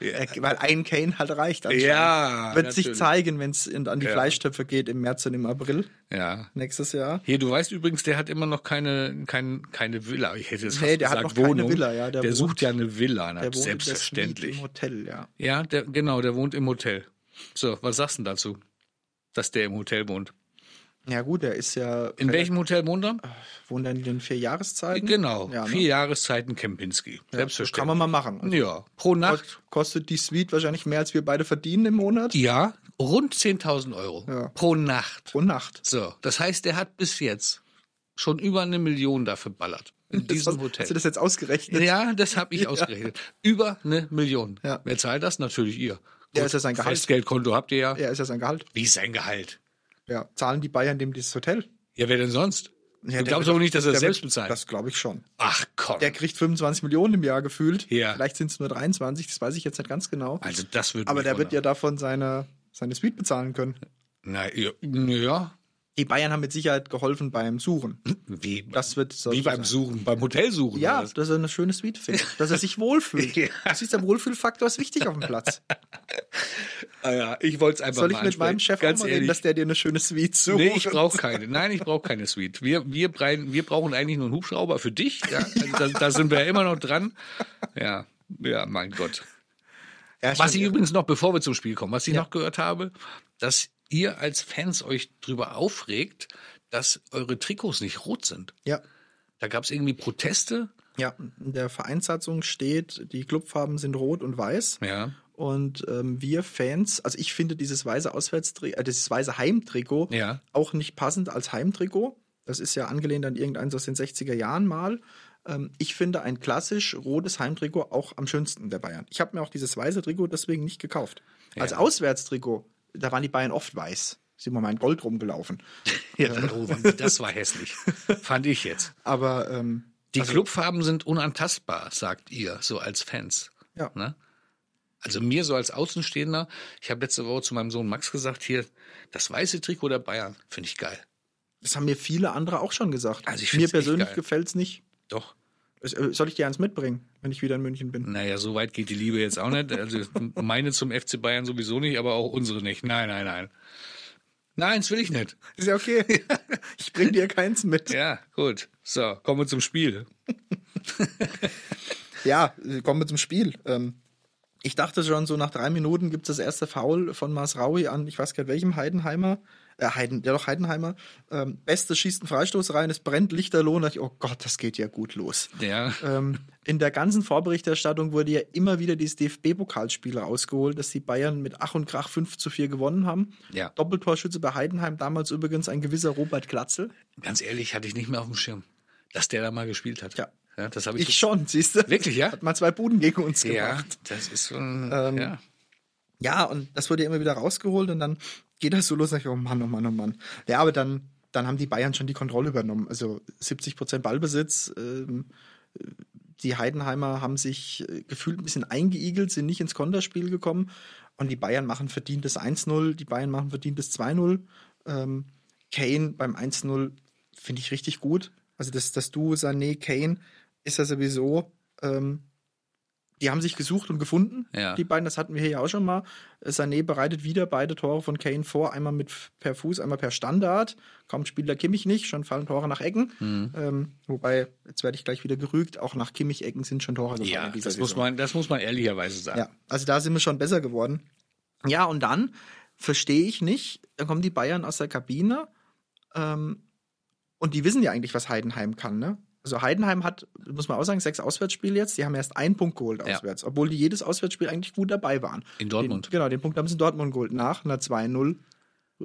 S3: Äh, Weil ein Kane halt reicht. anscheinend.
S2: Ja,
S3: Wird sich
S2: natürlich.
S3: zeigen, wenn es an die Fleischtöpfe geht im März und im April
S2: Ja.
S3: nächstes Jahr.
S2: Hier, du weißt übrigens, der hat immer noch keine, kein, keine Villa. Ich hätte jetzt fast
S3: Nee, der hat
S2: gesagt
S3: noch keine
S2: Wohnung.
S3: Villa, ja,
S2: Der,
S3: der wohnt-
S2: sucht ja eine Villa, na,
S3: Der wohnt in der Suite
S2: selbstverständlich.
S3: Im Hotel, ja.
S2: Ja, der, genau, der wohnt im Hotel. So, was sagst du denn dazu, dass der im Hotel wohnt?
S3: Ja gut, der ist ja.
S2: In welchem Hotel wohnt er?
S3: Wohnt er in den vier Jahreszeiten?
S2: Genau,
S3: Ja, ne?
S2: vier Jahreszeiten Kempinski.
S3: Das
S2: Selbstverständlich.
S3: kann man mal machen. Also
S2: Ja, pro Nacht,
S3: kost- Kostet die Suite wahrscheinlich mehr, als wir beide verdienen im Monat?
S2: ja, rund 10.000 Euro
S3: Ja.
S2: pro Nacht.
S3: Pro Nacht.
S2: So, das heißt, der hat bis jetzt schon über eine Million dafür ballert. In
S3: Das
S2: diesem
S3: hast-
S2: Hotel.
S3: Hast du das jetzt ausgerechnet?
S2: ja, das habe ich ausgerechnet. Über eine Million.
S3: Ja.
S2: Wer zahlt das? Natürlich ihr.
S3: Ja,
S2: Gut,
S3: ist ja sein Gehalt.
S2: Festgeldkonto habt ihr ja.
S3: Ja, ist ja sein Gehalt.
S2: Wie ist sein Gehalt?
S3: Ja, zahlen die Bayern dem dieses Hotel?
S2: Ja, wer denn sonst?
S3: Ja,
S2: du
S3: der
S2: glaubst
S3: wird-
S2: aber nicht, dass er
S3: der
S2: das selbst
S3: wird-
S2: bezahlt.
S3: Das glaube ich schon.
S2: Ach komm.
S3: Der kriegt 25 Millionen im Jahr gefühlt.
S2: Ja.
S3: Vielleicht sind es nur 23, das weiß ich jetzt nicht ganz genau.
S2: also das wird.
S3: Aber
S2: mich
S3: der wird ja
S2: wundern.
S3: davon seine, seine Suite bezahlen können.
S2: Na ja, na ja.
S3: Die Bayern haben mit Sicherheit geholfen beim Suchen.
S2: Wie,
S3: Das wird so
S2: wie beim Suchen, beim Hotelsuchen.
S3: Ja,
S2: oder was?
S3: dass er eine schöne Suite findet, dass er sich wohlfühlt.
S2: Ja.
S3: Das ist der Wohlfühlfaktor, ist wichtig auf dem Platz.
S2: Ah ja, ich wollte es einfach
S3: Soll
S2: mal
S3: ich mit meinem
S2: ansprechen.
S3: Chef auch
S2: Ganz
S3: mal
S2: ehrlich,
S3: reden, dass der dir eine schöne Suite sucht?
S2: Nee, ich brauche keine. Nein, ich brauche keine Suite. Wir, wir, brein, wir brauchen eigentlich nur einen Hubschrauber für dich. Ja? Also da, da sind wir ja immer noch dran. Ja, ja, mein Gott.
S3: ja,
S2: Was ich
S3: stimmt,
S2: übrigens noch, bevor wir zum Spiel kommen, was ich noch gehört habe, dass ihr als Fans euch drüber aufregt, dass eure Trikots nicht rot sind.
S3: ja.
S2: Da gab es irgendwie Proteste.
S3: ja, in der Vereinssatzung steht, die Clubfarben sind rot und weiß.
S2: Ja.
S3: Und ähm, wir Fans, also ich finde dieses weiße Auswärtstrikot, äh, dieses weiße Heimtrikot
S2: Ja.
S3: auch nicht passend als Heimtrikot. Das ist ja angelehnt an irgendeins aus den 60er Jahren mal. Ähm, ich finde ein klassisch rotes Heimtrikot auch am schönsten der Bayern. Ich habe mir auch dieses weiße Trikot deswegen nicht gekauft. Als Auswärtstrikot, da waren die Bayern oft weiß. Sind immer mal in Gold rumgelaufen.
S2: ja. Oh, Das war hässlich. Fand ich jetzt.
S3: Aber ähm,
S2: Die Clubfarben sind unantastbar, sagt ihr, so als Fans.
S3: ja,
S2: Ne? Also mir so als Außenstehender, ich habe letzte Woche zu meinem Sohn Max gesagt, hier, das weiße Trikot der Bayern, finde ich geil.
S3: das haben mir viele andere auch schon gesagt.
S2: Also ich
S3: mir
S2: find's echt
S3: persönlich
S2: geil.
S3: gefällt es nicht.
S2: Doch.
S3: Es- äh, Soll ich dir eins mitbringen, wenn ich wieder in München bin?
S2: Naja, so weit geht die Liebe jetzt auch nicht. Also meine zum FC Bayern sowieso nicht, aber auch unsere nicht. Nein, nein, nein. Nein, das will ich nicht.
S3: Ist ja okay. Ich bring dir keins mit.
S2: Ja, gut. So, kommen wir zum Spiel.
S3: Ja, äh, kommen wir zum Spiel. Ähm, ich dachte schon, so nach drei Minuten gibt es das erste Foul von Masraui an, ich weiß gar nicht welchem Heidenheimer. Äh, Heiden, ja doch, Heidenheimer. Ähm, Beste schießt einen Freistoß rein, es brennt Lichterloh. Und dachte ich, oh Gott, das geht ja gut los.
S2: Ja.
S3: Ähm, in der ganzen Vorberichterstattung wurde ja immer wieder dieses DFB-Pokalspiel rausgeholt, dass die Bayern mit Ach und Krach 5 zu 4 gewonnen haben.
S2: Ja.
S3: Doppeltorschütze bei Heidenheim, damals übrigens ein gewisser Robert Glatzel.
S2: Ganz ehrlich, hatte ich nicht mehr auf dem Schirm, dass der da mal gespielt hat.
S3: Ja,
S2: Ja, das habe ich,
S3: Ich schon, siehst du?
S2: Wirklich, ja?
S3: Hat mal zwei Buden gegen uns
S2: Ja,
S3: gemacht.
S2: das ist schon.
S3: Ähm,
S2: ja.
S3: Ja, und das wurde ja immer wieder rausgeholt und dann geht das so los. Und ich, oh Mann, oh Mann, oh Mann. Ja, aber dann, dann haben die Bayern schon die Kontrolle übernommen. Also 70 Prozent Ballbesitz. Ähm, die Heidenheimer haben sich äh, gefühlt ein bisschen eingeigelt, sind nicht ins Konterspiel gekommen. Und die Bayern machen verdientes 1-0, die Bayern machen verdientes 2-0. Ähm, Kane beim 1-0 finde ich richtig gut. Also das, das Duo Sané, Kane ist ja sowieso. Ähm, die haben sich gesucht und gefunden,
S2: Ja.
S3: die beiden. Das hatten wir hier ja auch schon mal. Äh, Sané bereitet wieder beide Tore von Kane vor. Einmal mit f- per Fuß, einmal per Standard. Kaum spielt der Kimmich nicht, schon fallen Tore nach Ecken.
S2: Mhm.
S3: Ähm, wobei, jetzt werde ich gleich wieder gerügt, auch nach Kimmich-Ecken sind schon Tore gefallen.
S2: ja,
S3: in dieser
S2: das muss,
S3: Saison.
S2: man, das muss man ehrlicherweise sagen.
S3: Ja, also da sind wir schon besser geworden. Ja, und dann verstehe ich nicht, dann kommen die Bayern aus der Kabine ähm, und die wissen ja eigentlich, was Heidenheim kann, ne? Also Heidenheim hat, muss man auch sagen, sechs Auswärtsspiele jetzt. Die haben erst einen Punkt geholt
S2: Ja.
S3: auswärts, obwohl die jedes Auswärtsspiel eigentlich gut dabei waren.
S2: In Dortmund.
S3: Den, genau, den Punkt haben sie in Dortmund geholt nach einer 2-0,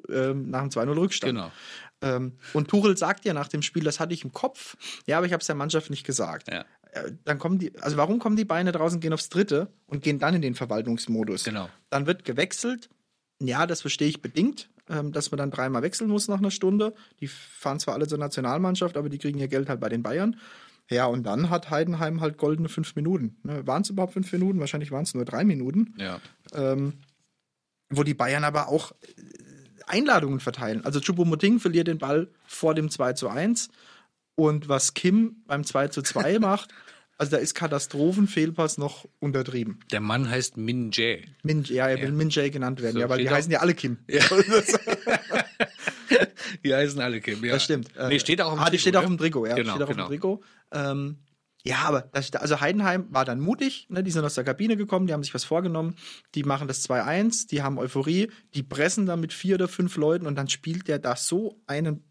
S3: ähm, nach einem 2-0 Rückstand.
S2: Genau.
S3: Ähm, und Tuchel sagt ja nach dem Spiel, das hatte ich im Kopf. Ja, aber ich habe es der Mannschaft nicht gesagt.
S2: Ja.
S3: Äh, Dann kommen die, also warum kommen die Beine draußen, gehen aufs Dritte und gehen dann in den Verwaltungsmodus?
S2: Genau.
S3: Dann wird gewechselt. Ja, das verstehe ich bedingt, ähm, dass man dann dreimal wechseln muss nach einer Stunde. Die fahren zwar alle zur Nationalmannschaft, aber die kriegen ihr Geld halt bei den Bayern. Ja, und dann hat Heidenheim halt goldene fünf Minuten. Ne? Waren es überhaupt fünf Minuten? Wahrscheinlich waren es nur drei Minuten
S2: Ja.
S3: ähm, wo die Bayern aber auch äh, Einladungen verteilen. Also Choupo-Moting verliert den Ball vor dem 2 zu 1 und was Kim beim 2 zu 2 macht, also da ist Katastrophenfehlpass noch untertrieben.
S2: Der Mann heißt Min Jae.
S3: Min, ja, er will
S2: Ja.
S3: Min Jae genannt werden,
S2: So,
S3: ja, weil die
S2: steht auch-
S3: heißen ja alle Kim.
S2: Ja. Die heißen alle Kim. Ja.
S3: Das stimmt.
S2: Nee, steht auch im
S3: Ah, die
S2: Trikot,
S3: steht
S2: ne?
S3: auch im Trikot, ja.
S2: Genau,
S3: steht auch
S2: genau.
S3: im Trikot. Ähm, ja, aber das, also Heidenheim war dann mutig, ne? die sind aus der Kabine gekommen, die haben sich was vorgenommen, die machen das 2-1, die haben Euphorie, die pressen da mit vier oder fünf Leuten und dann spielt der da so einen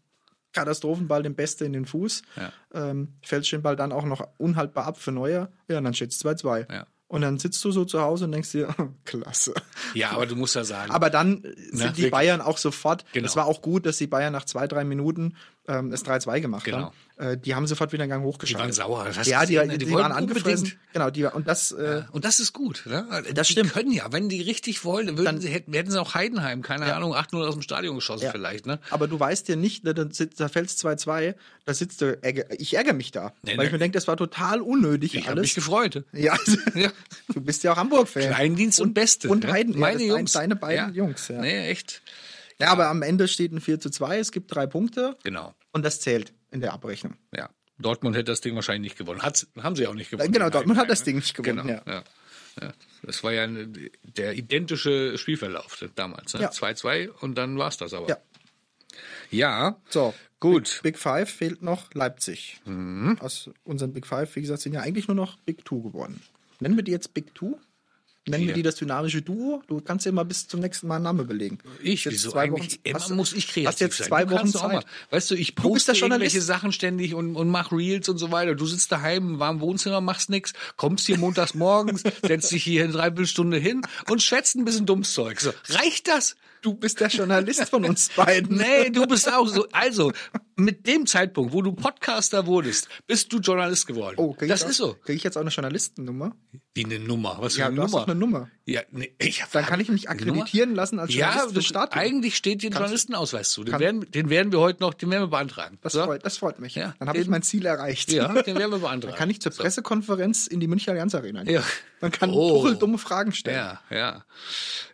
S3: Katastrophenball, den Beste in den Fuß,
S2: Ja.
S3: ähm, fälscht den Ball dann auch noch unhaltbar ab für Neuer, ja, und dann steht es 2-2.
S2: Ja.
S3: Und dann sitzt du so zu Hause und denkst dir, klasse.
S2: Ja, aber du musst ja sagen.
S3: Aber dann äh, sind
S2: Na,
S3: die
S2: Ne, wirklich.
S3: Bayern auch sofort.
S2: Genau.
S3: Es war auch gut, dass die Bayern nach zwei, drei Minuten ähm, das 3-2 gemacht
S2: Genau.
S3: haben. Äh, die haben sofort wieder einen Gang
S2: die waren
S3: hochgeschaltet.
S2: sauer. Das hast du
S3: ja, die,
S2: gesehen,
S3: die,
S2: ne?
S3: waren
S2: wollten
S3: angefressen.
S2: unbedingt.
S3: Genau, die, und das, äh,
S2: Und das ist gut. Ne?
S3: Das
S2: die
S3: stimmt.
S2: können ja, wenn die richtig wollen, würden
S3: Dann-
S2: sie, hätten, hätten sie auch Heidenheim, keine
S3: Ja.
S2: Ahnung, 8-0 aus dem Stadion geschossen
S3: Ja.
S2: vielleicht. Ne?
S3: aber du weißt ja nicht, da, da sitzt- da fällt es 2-2, da sitzt du, ärger- ich ärgere mich da.
S2: Nee,
S3: weil ich
S2: nee.
S3: mir denke, das war total unnötig
S2: Ich habe mich
S3: alles.
S2: gefreut.
S3: Ja, also,
S2: Ja.
S3: du bist ja auch Hamburg-Fan.
S2: Kleindienst und, Beste.
S3: und
S2: ja?
S3: Heiden- ja,
S2: Meine
S3: das dein-
S2: Jungs.
S3: deine
S2: ja.
S3: beiden Jungs, ja.
S2: Nee, echt.
S3: Ja, aber am Ende steht ein 4 zu 2, es gibt drei Punkte
S2: Genau.
S3: und das zählt in der Abrechnung.
S2: Ja. Dortmund hätte das Ding wahrscheinlich nicht gewonnen. Hat's, haben sie auch nicht gewonnen.
S3: Genau,
S2: die
S3: Dortmund hat
S2: Heidenheimer.
S3: das Ding nicht gewonnen.
S2: Genau,
S3: ja.
S2: ja. Ja. Das war ja eine, der identische Spielverlauf damals. Ne?
S3: Ja.
S2: 2-2 und dann war es das aber.
S3: Ja.
S2: Ja,
S3: So,
S2: gut.
S3: Big Five fehlt noch Leipzig.
S2: Mhm.
S3: Aus unseren Big Five, wie gesagt, sind ja eigentlich nur noch Big Two geworden. Nennen wir die jetzt Big Two? Nennen wir
S2: Ja.
S3: die das dynamische Duo? Du kannst ja immer bis zum nächsten Mal einen Namen belegen.
S2: Ich,
S3: Jetzt
S2: wieso
S3: zwei
S2: eigentlich?
S3: Wochen-
S2: immer
S3: hast-
S2: muss ich kreativ
S3: hast jetzt
S2: sein.
S3: zwei
S2: Du kannst
S3: Wochen
S2: doch auch
S3: Zeit.
S2: mal- Weißt du, ich
S3: Du bist
S2: poste
S3: der Journalist.
S2: irgendwelche Sachen ständig und, und mach Reels und so weiter. Du sitzt daheim im warmen Wohnzimmer, machst nix, kommst hier montags morgens, setzt dich hier in Dreiviertelstunde hin und schätzt ein bisschen dummes Zeug. So, reicht das?
S3: Du bist der Journalist von uns beiden.
S2: Nee, du bist auch so. Also, mit dem Zeitpunkt, wo du Podcaster wurdest, bist du Journalist geworden.
S3: Oh, krieg ich
S2: das
S3: auch,
S2: ist so.
S3: Kriege ich jetzt auch eine Journalistennummer?
S2: Wie eine Nummer. Was für
S3: Ja,
S2: eine
S3: du hast
S2: Nummer?
S3: doch eine Nummer.
S2: Ja, nee, ich hab,
S3: Dann kann ich mich
S2: eine Nummer?
S3: akkreditieren lassen als
S2: Ja,
S3: Journalist für
S2: das,
S3: Staat.
S2: eigentlich steht dir ein
S3: Kannst-
S2: Journalistenausweis zu. Den
S3: kann-
S2: werden, den werden wir heute noch, den werden wir beantragen.
S3: Das,
S2: So?
S3: freut, das freut mich.
S2: Ja.
S3: Dann habe ich
S2: Den-
S3: mein Ziel erreicht.
S2: Ja, den werden wir beantragen.
S3: Dann kann ich zur Pressekonferenz in die Münchner Allianz Arena gehen.
S2: Ja.
S3: Man kann
S2: Oh.
S3: Tuchel dumme Fragen stellen.
S2: Ja, ja.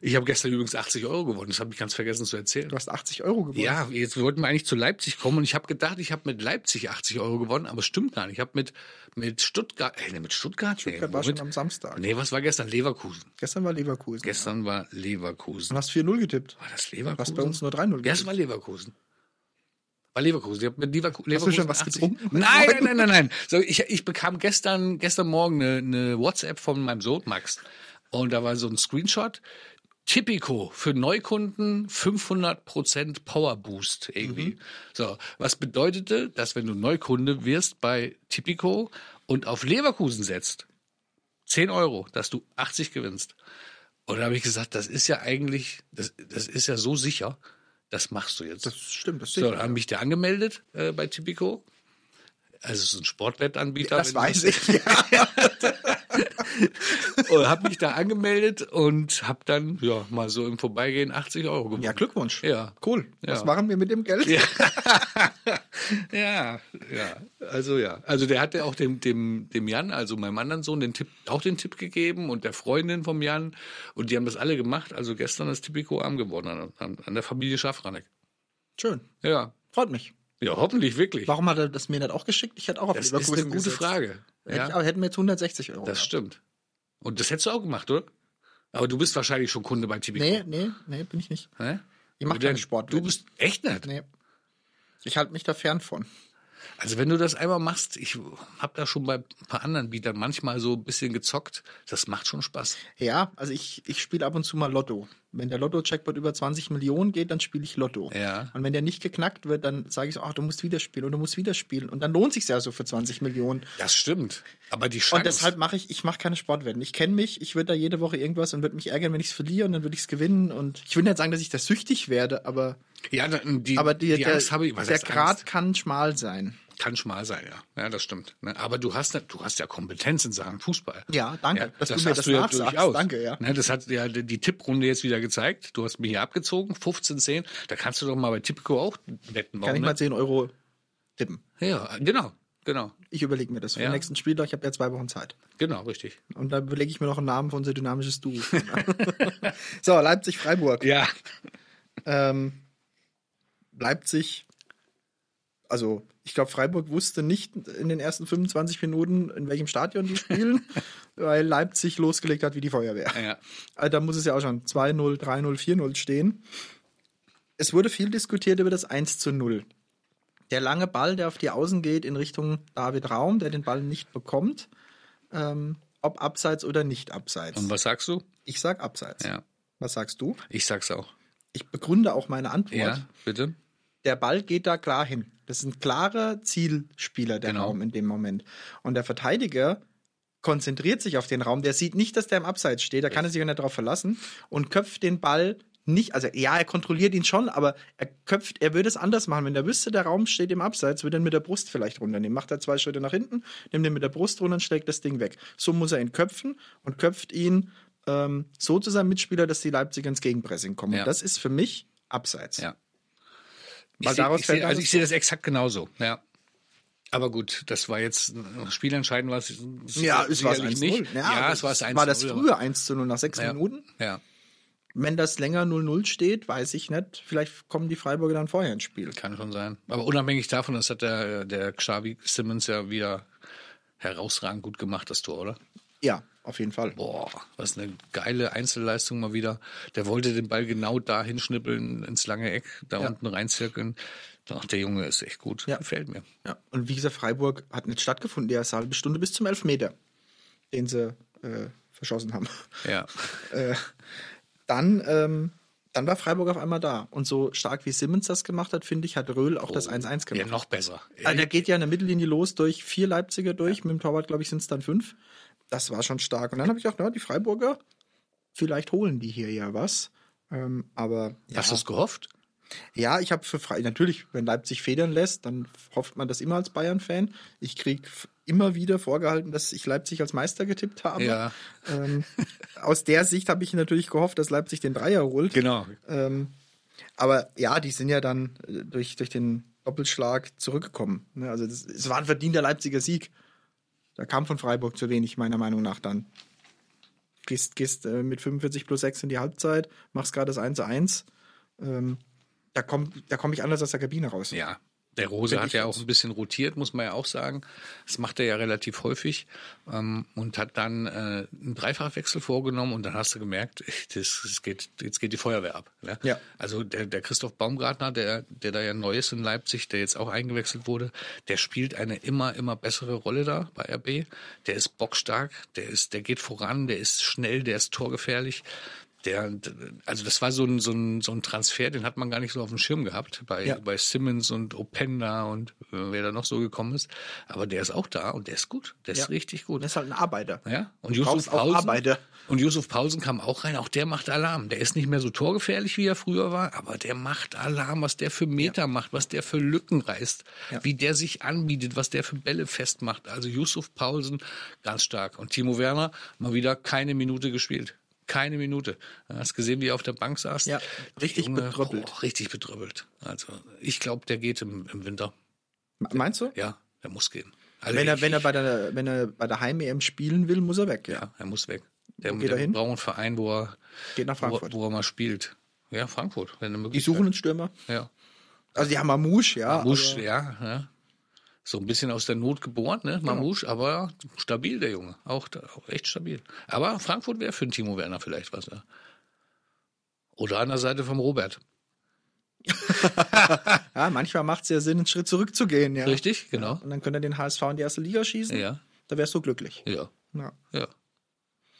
S2: Ich habe gestern übrigens 80 Euro gewonnen. Das habe ich ganz vergessen zu erzählen.
S3: Du hast 80 Euro gewonnen.
S2: Ja, jetzt wollten wir eigentlich zu Leipzig kommen und ich habe gedacht, ich habe mit Leipzig 80 Euro gewonnen, aber es stimmt gar nicht. Ich habe mit, mit Stuttgart, ey, nee, mit Stuttgart?
S3: Stuttgart
S2: nee,
S3: war schon
S2: womit?
S3: am Samstag.
S2: Nee, was war gestern? Leverkusen.
S3: Gestern war Leverkusen.
S2: Gestern war
S3: Du
S2: Leverkusen.
S3: hast 4-0 getippt.
S2: War das
S3: Du hast
S2: Leverkusen?
S3: bei uns nur 3-0
S2: Ja, es war Leverkusen. War Leverkusen. Ich habe mit Leverku- Leverkusen.
S3: schon was
S2: 80
S3: getrunken?
S2: Nein, nein, nein, nein, nein. So, ich, ich bekam gestern, gestern Morgen eine, eine WhatsApp von meinem Sohn Max. Und da war so ein Screenshot. Tipico für Neukunden 500% Power Boost irgendwie.
S3: Mhm.
S2: So, was bedeutete, dass wenn du Neukunde wirst bei Tipico und auf Leverkusen setzt, 10 Euro, dass du 80 gewinnst. Und da habe ich gesagt, das ist ja eigentlich, das, das ist ja so sicher, das machst du jetzt.
S3: Das stimmt, das
S2: so,
S3: sehe
S2: dann
S3: ich.
S2: haben mich da angemeldet äh, bei Tipico. also es ist ein Sportwettanbieter. wenn
S3: Das
S2: du-
S3: weiß ich, ja.
S2: Und habe mich da angemeldet und habe dann ja mal so im Vorbeigehen 80 Euro gewonnen.
S3: Ja, Glückwunsch.
S2: Ja.
S3: Cool.
S2: Ja.
S3: Was machen wir mit dem Geld?
S2: ja, ja, also ja. Also der hat ja auch dem, dem, dem Jan, also meinem anderen Sohn, den Tipp, auch den Tipp gegeben und der Freundin vom Jan. Und die haben das alle gemacht. Also gestern ist Tipico arm geworden an, an, an der Familie Schafranek.
S3: Schön.
S2: Ja.
S3: Freut mich.
S2: Ja, hoffentlich wirklich.
S3: Warum hat er das mir nicht auch geschickt? Ich hätte auch auf
S2: Das ist
S3: Leverkusen
S2: eine gute
S3: gesetzt.
S2: Frage.
S3: Hätte ich,
S2: Ja,
S3: aber hätten wir jetzt 160 Euro.
S2: das
S3: gehabt.
S2: stimmt. Und das hättest du auch gemacht, oder? Aber du bist wahrscheinlich schon Kunde bei Tipico.
S3: Nee, nee, nee, bin ich nicht.
S2: Hä?
S3: Ich mach
S2: Du denn-
S3: keinen Sport.
S2: Du bist echt nicht?
S3: Nee. Ich halte mich da fern von.
S2: Also wenn du das einmal machst, ich habe da schon bei ein paar anderen Bietern manchmal so ein bisschen gezockt, das macht schon Spaß.
S3: Ja, also ich, ich spiele ab und zu mal Lotto. Wenn der Lotto-Checkpot über 20 Millionen geht, dann spiele ich Lotto.
S2: Ja.
S3: Und wenn der nicht geknackt wird, dann sage ich so, ach, du musst wieder spielen und du musst wieder spielen. Und dann lohnt sich ja so für 20 Millionen.
S2: Das stimmt. Aber die Chance.
S3: Und deshalb mache ich, ich mache keine Sportwetten. Ich kenne mich, ich würde da jede Woche irgendwas und würde mich ärgern, wenn ich es verliere und dann würde ich es gewinnen. Und ich will nicht sagen, dass ich da süchtig werde, aber,
S2: ja, die,
S3: aber die,
S2: die
S3: der,
S2: Angst habe ich. was
S3: der
S2: heißt
S3: Grad
S2: Angst?
S3: kann schmal sein.
S2: kann schmal sein, ja. Ja, das stimmt. Ne? Aber du hast, ne- du hast ja Kompetenz in Sachen Fußball.
S3: Ja, danke, dass du mir
S2: hast
S3: das nachsagst. Danke, ja.
S2: Ne, das hat ja die die Tipprunde jetzt wieder gezeigt. Du hast mir hier abgezogen, 15, 10. Da kannst du doch mal bei Tipico auch wetten.
S3: Kann ich mal 10 Euro tippen.
S2: ne? Ja, genau, genau,
S3: Ich überlege mir das für
S2: Ja.
S3: den nächsten Spieltag. Ich habe ja zwei Wochen Zeit.
S2: genau, richtig.
S3: Und dann überlege ich mir noch einen Namen für unser dynamisches Duo. so, Leipzig-Freiburg.
S2: Ja,
S3: Ähm, Leipzig, also ich glaube, Freiburg wusste nicht in den ersten 25 Minuten, in welchem Stadion die spielen, weil Leipzig losgelegt hat wie die Feuerwehr.
S2: ja.
S3: Also, da muss es ja auch schon 2-0, 3-0, 4-0 stehen. Es wurde viel diskutiert über das 1 zu 0. Der lange Ball, der auf die Außen geht in Richtung David Raum, der den Ball nicht bekommt, ähm, ob abseits oder nicht abseits.
S2: Und was sagst du?
S3: Ich sag abseits.
S2: Ja,
S3: Was sagst du?
S2: ich sag's auch.
S3: Ich begründe auch meine Antwort.
S2: Ja, bitte.
S3: der Ball geht da klar hin. Das ist ein klarer Zielspieler, der
S2: Genau.
S3: Raum in dem Moment. Und der Verteidiger konzentriert sich auf den Raum. Der sieht nicht, dass der im Abseits steht. Da kann er sich auch nicht darauf verlassen und köpft den Ball nicht. Also, ja, er kontrolliert ihn schon, aber er köpft, er würde es anders machen. Wenn der wüsste, der Raum steht im Abseits, würde er ihn mit der Brust vielleicht runternehmen. Macht er zwei Schritte nach hinten, nimmt ihn mit der Brust runter und schlägt das Ding weg. So muss er ihn köpfen und köpft ihn ähm, so zu seinem Mitspieler, dass die Leipziger ins Gegenpressing kommen.
S2: Ja.
S3: Und das ist für mich Abseits.
S2: Ja.
S3: Weil
S2: ich seh-
S3: daraus
S2: ich
S3: fällt
S2: seh, also
S3: alles
S2: ich sehe das exakt genauso. Ja. Aber gut, das war jetzt spielentscheidend war es
S3: Ja, es war
S2: äh, sicherlich
S3: 1
S2: nicht. Ja, es war es 1
S3: War das früher 1 zu 0 nach sechs
S2: Ja.
S3: Minuten?
S2: Ja,
S3: Wenn das länger 0-0 steht, weiß ich nicht. Vielleicht kommen die Freiburger dann vorher ins Spiel.
S2: kann schon sein. Aber unabhängig davon, das hat der, der Xavi Simmons ja wieder herausragend gut gemacht, das Tor, oder?
S3: Ja, auf jeden Fall.
S2: Boah, was eine geile Einzelleistung mal wieder. Der wollte den Ball genau da hinschnippeln, ins lange Eck, da
S3: Ja.
S2: unten reinzirkeln. Ach, der Junge ist echt gut.
S3: Ja.
S2: Gefällt mir.
S3: Ja. Und wie gesagt, Freiburg hat nicht stattgefunden, die erste halbe Stunde bis zum Elfmeter, den sie äh, verschossen haben.
S2: Ja.
S3: äh, dann, ähm, dann war Freiburg auf einmal da. Und so stark wie Simmons das gemacht hat, finde ich, hat Röhl auch das 1-1
S2: Ja,
S3: gemacht.
S2: noch besser.
S3: Also der geht ja in der Mittellinie los durch vier Leipziger durch. Mit dem Torwart, glaube ich, sind es dann fünf. Das war schon stark. Und dann habe ich gedacht, na, die Freiburger, vielleicht holen die hier ja was. Ähm, aber ja,
S2: Hast du es gehofft?
S3: ja ich habe für Freiburg, natürlich, wenn Leipzig federn lässt, dann hofft man das immer als Bayern-Fan. Ich kriege immer wieder vorgehalten, dass ich Leipzig als Meister getippt habe.
S2: ja,
S3: Ähm, aus der Sicht habe ich natürlich gehofft, dass Leipzig den Dreier holt.
S2: genau.
S3: Ähm, aber ja, die sind ja dann äh, durch, durch den Doppelschlag zurückgekommen. Ne? Also das- es war ein verdienter Leipziger Sieg. Da kam von Freiburg zu wenig, meiner Meinung nach dann. Gehst, gehst äh, mit 45 plus 6 in die Halbzeit, machst gerade das 1 zu 1. Ähm, da komme da komm ich anders aus der Kabine raus.
S2: Ja. Der Rose
S3: Find
S2: hat
S3: ich
S2: ja
S3: jetzt.
S2: auch ein bisschen rotiert, muss man ja auch sagen. Das macht er ja relativ häufig ähm, und hat dann äh, einen Dreifachwechsel vorgenommen und dann hast du gemerkt, das, das geht, jetzt geht die Feuerwehr ab. Ne?
S3: Ja.
S2: Also der, der Christoph Baumgartner, der, der da ja neu ist in Leipzig, der jetzt auch eingewechselt wurde, der spielt eine immer, immer bessere Rolle da bei RB. Der ist bockstark, der ist, der geht voran, der ist schnell, der ist torgefährlich. Der, also das war so ein, so, ein, so ein Transfer, den hat man gar nicht so auf dem Schirm gehabt, bei,
S3: Ja.
S2: bei Simmons und Openda und äh, wer da noch so gekommen ist. Aber der ist auch da und der ist gut. Der
S3: Ja.
S2: ist richtig gut.
S3: Und das ist halt ein Arbeiter.
S2: Ja, und
S3: brauchst
S2: Yusuf
S3: auch
S2: Paulsen,
S3: Arbeiter.
S2: und Yusuf Paulsen kam auch rein, auch der macht Alarm. Der ist nicht mehr so torgefährlich, wie er früher war, aber der macht Alarm, was der für Meter macht, was der für Lücken reißt,
S3: Ja.
S2: wie der sich anbietet, was der für Bälle festmacht. Also Yusuf Paulsen ganz stark. Und Timo Werner mal wieder keine Minute gespielt. Keine Minute. Hast gesehen, wie er auf der Bank saß?
S3: Ja, richtig betröppelt.
S2: boah, richtig betröppelt. Also ich glaube, der geht im, im Winter.
S3: Meinst du?
S2: Ja, der muss gehen. Also
S3: Wenn er,
S2: ich-
S3: wenn er bei der, wenn er bei der Heim-EM spielen will, muss er weg. Ja.
S2: ja, er muss weg. Der,
S3: Wo geht er
S2: der
S3: hin?
S2: braucht einen Verein, wo er,
S3: Geht nach
S2: wo,
S3: Frankfurt.
S2: wo er mal spielt. Ja, Frankfurt, wenn eine
S3: Die
S2: Möglichkeit.
S3: suchen also- einen Stürmer.
S2: Ja.
S3: Also die haben Mamouche, ja.
S2: Mamouche,
S3: aber-
S2: ja, ja. So ein bisschen aus der Not geboren, ne?
S3: Genau.
S2: Mamouche, aber stabil, der Junge. Auch, da- auch echt stabil. Aber Frankfurt wäre für den Timo Werner vielleicht was, ne? Oder an der Seite vom Robert.
S3: ja, manchmal macht es ja Sinn, einen Schritt zurückzugehen, ja.
S2: Richtig? Genau.
S3: Und dann könnt ihr den HSV in die erste Liga schießen.
S2: Ja.
S3: Da wärst du glücklich.
S2: ja.
S3: Ja.
S2: Ja.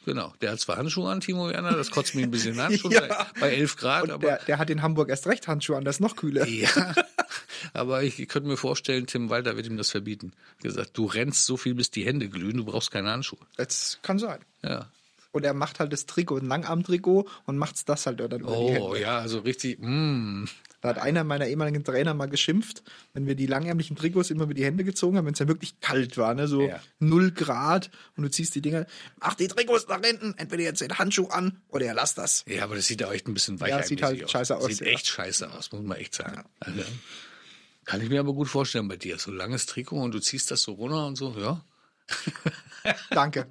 S2: Genau. Der hat zwar Handschuhe an, Timo Werner, das kotzt mich ein bisschen an, schon
S3: Ja.
S2: bei, bei 11 Grad,
S3: Und
S2: aber.
S3: der, der hat in Hamburg erst recht Handschuhe an, das ist noch kühler.
S2: Ja, aber ich, ich könnte mir vorstellen, Tim Walter wird ihm das verbieten. Er hat gesagt, du rennst so viel, bis die Hände glühen, du brauchst keine Handschuhe.
S3: Das kann sein.
S2: Ja.
S3: Und er macht halt das Trikot, ein Langarm-Trikot und macht's das halt dann über die
S2: Oh,
S3: Hände.
S2: ja, also richtig. Mm.
S3: Da hat einer meiner ehemaligen Trainer mal geschimpft, wenn wir die langärmlichen Trikots immer über die Hände gezogen haben, wenn es ja wirklich kalt war, ne? so
S2: Ja.
S3: null Grad und du ziehst die Dinger, ach die Trikots nach hinten, entweder jetzt den Handschuh an oder ihr lasst das.
S2: Ja, aber das sieht auch echt ein bisschen weicher
S3: Ja, sieht
S2: eigentlich
S3: halt scheiße aus,
S2: Sieht
S3: ja.
S2: echt scheiße aus, muss man echt sagen. Also, kann ich mir aber gut vorstellen bei dir. So langes Trikot und du ziehst das so runter und so, ja.
S3: Danke.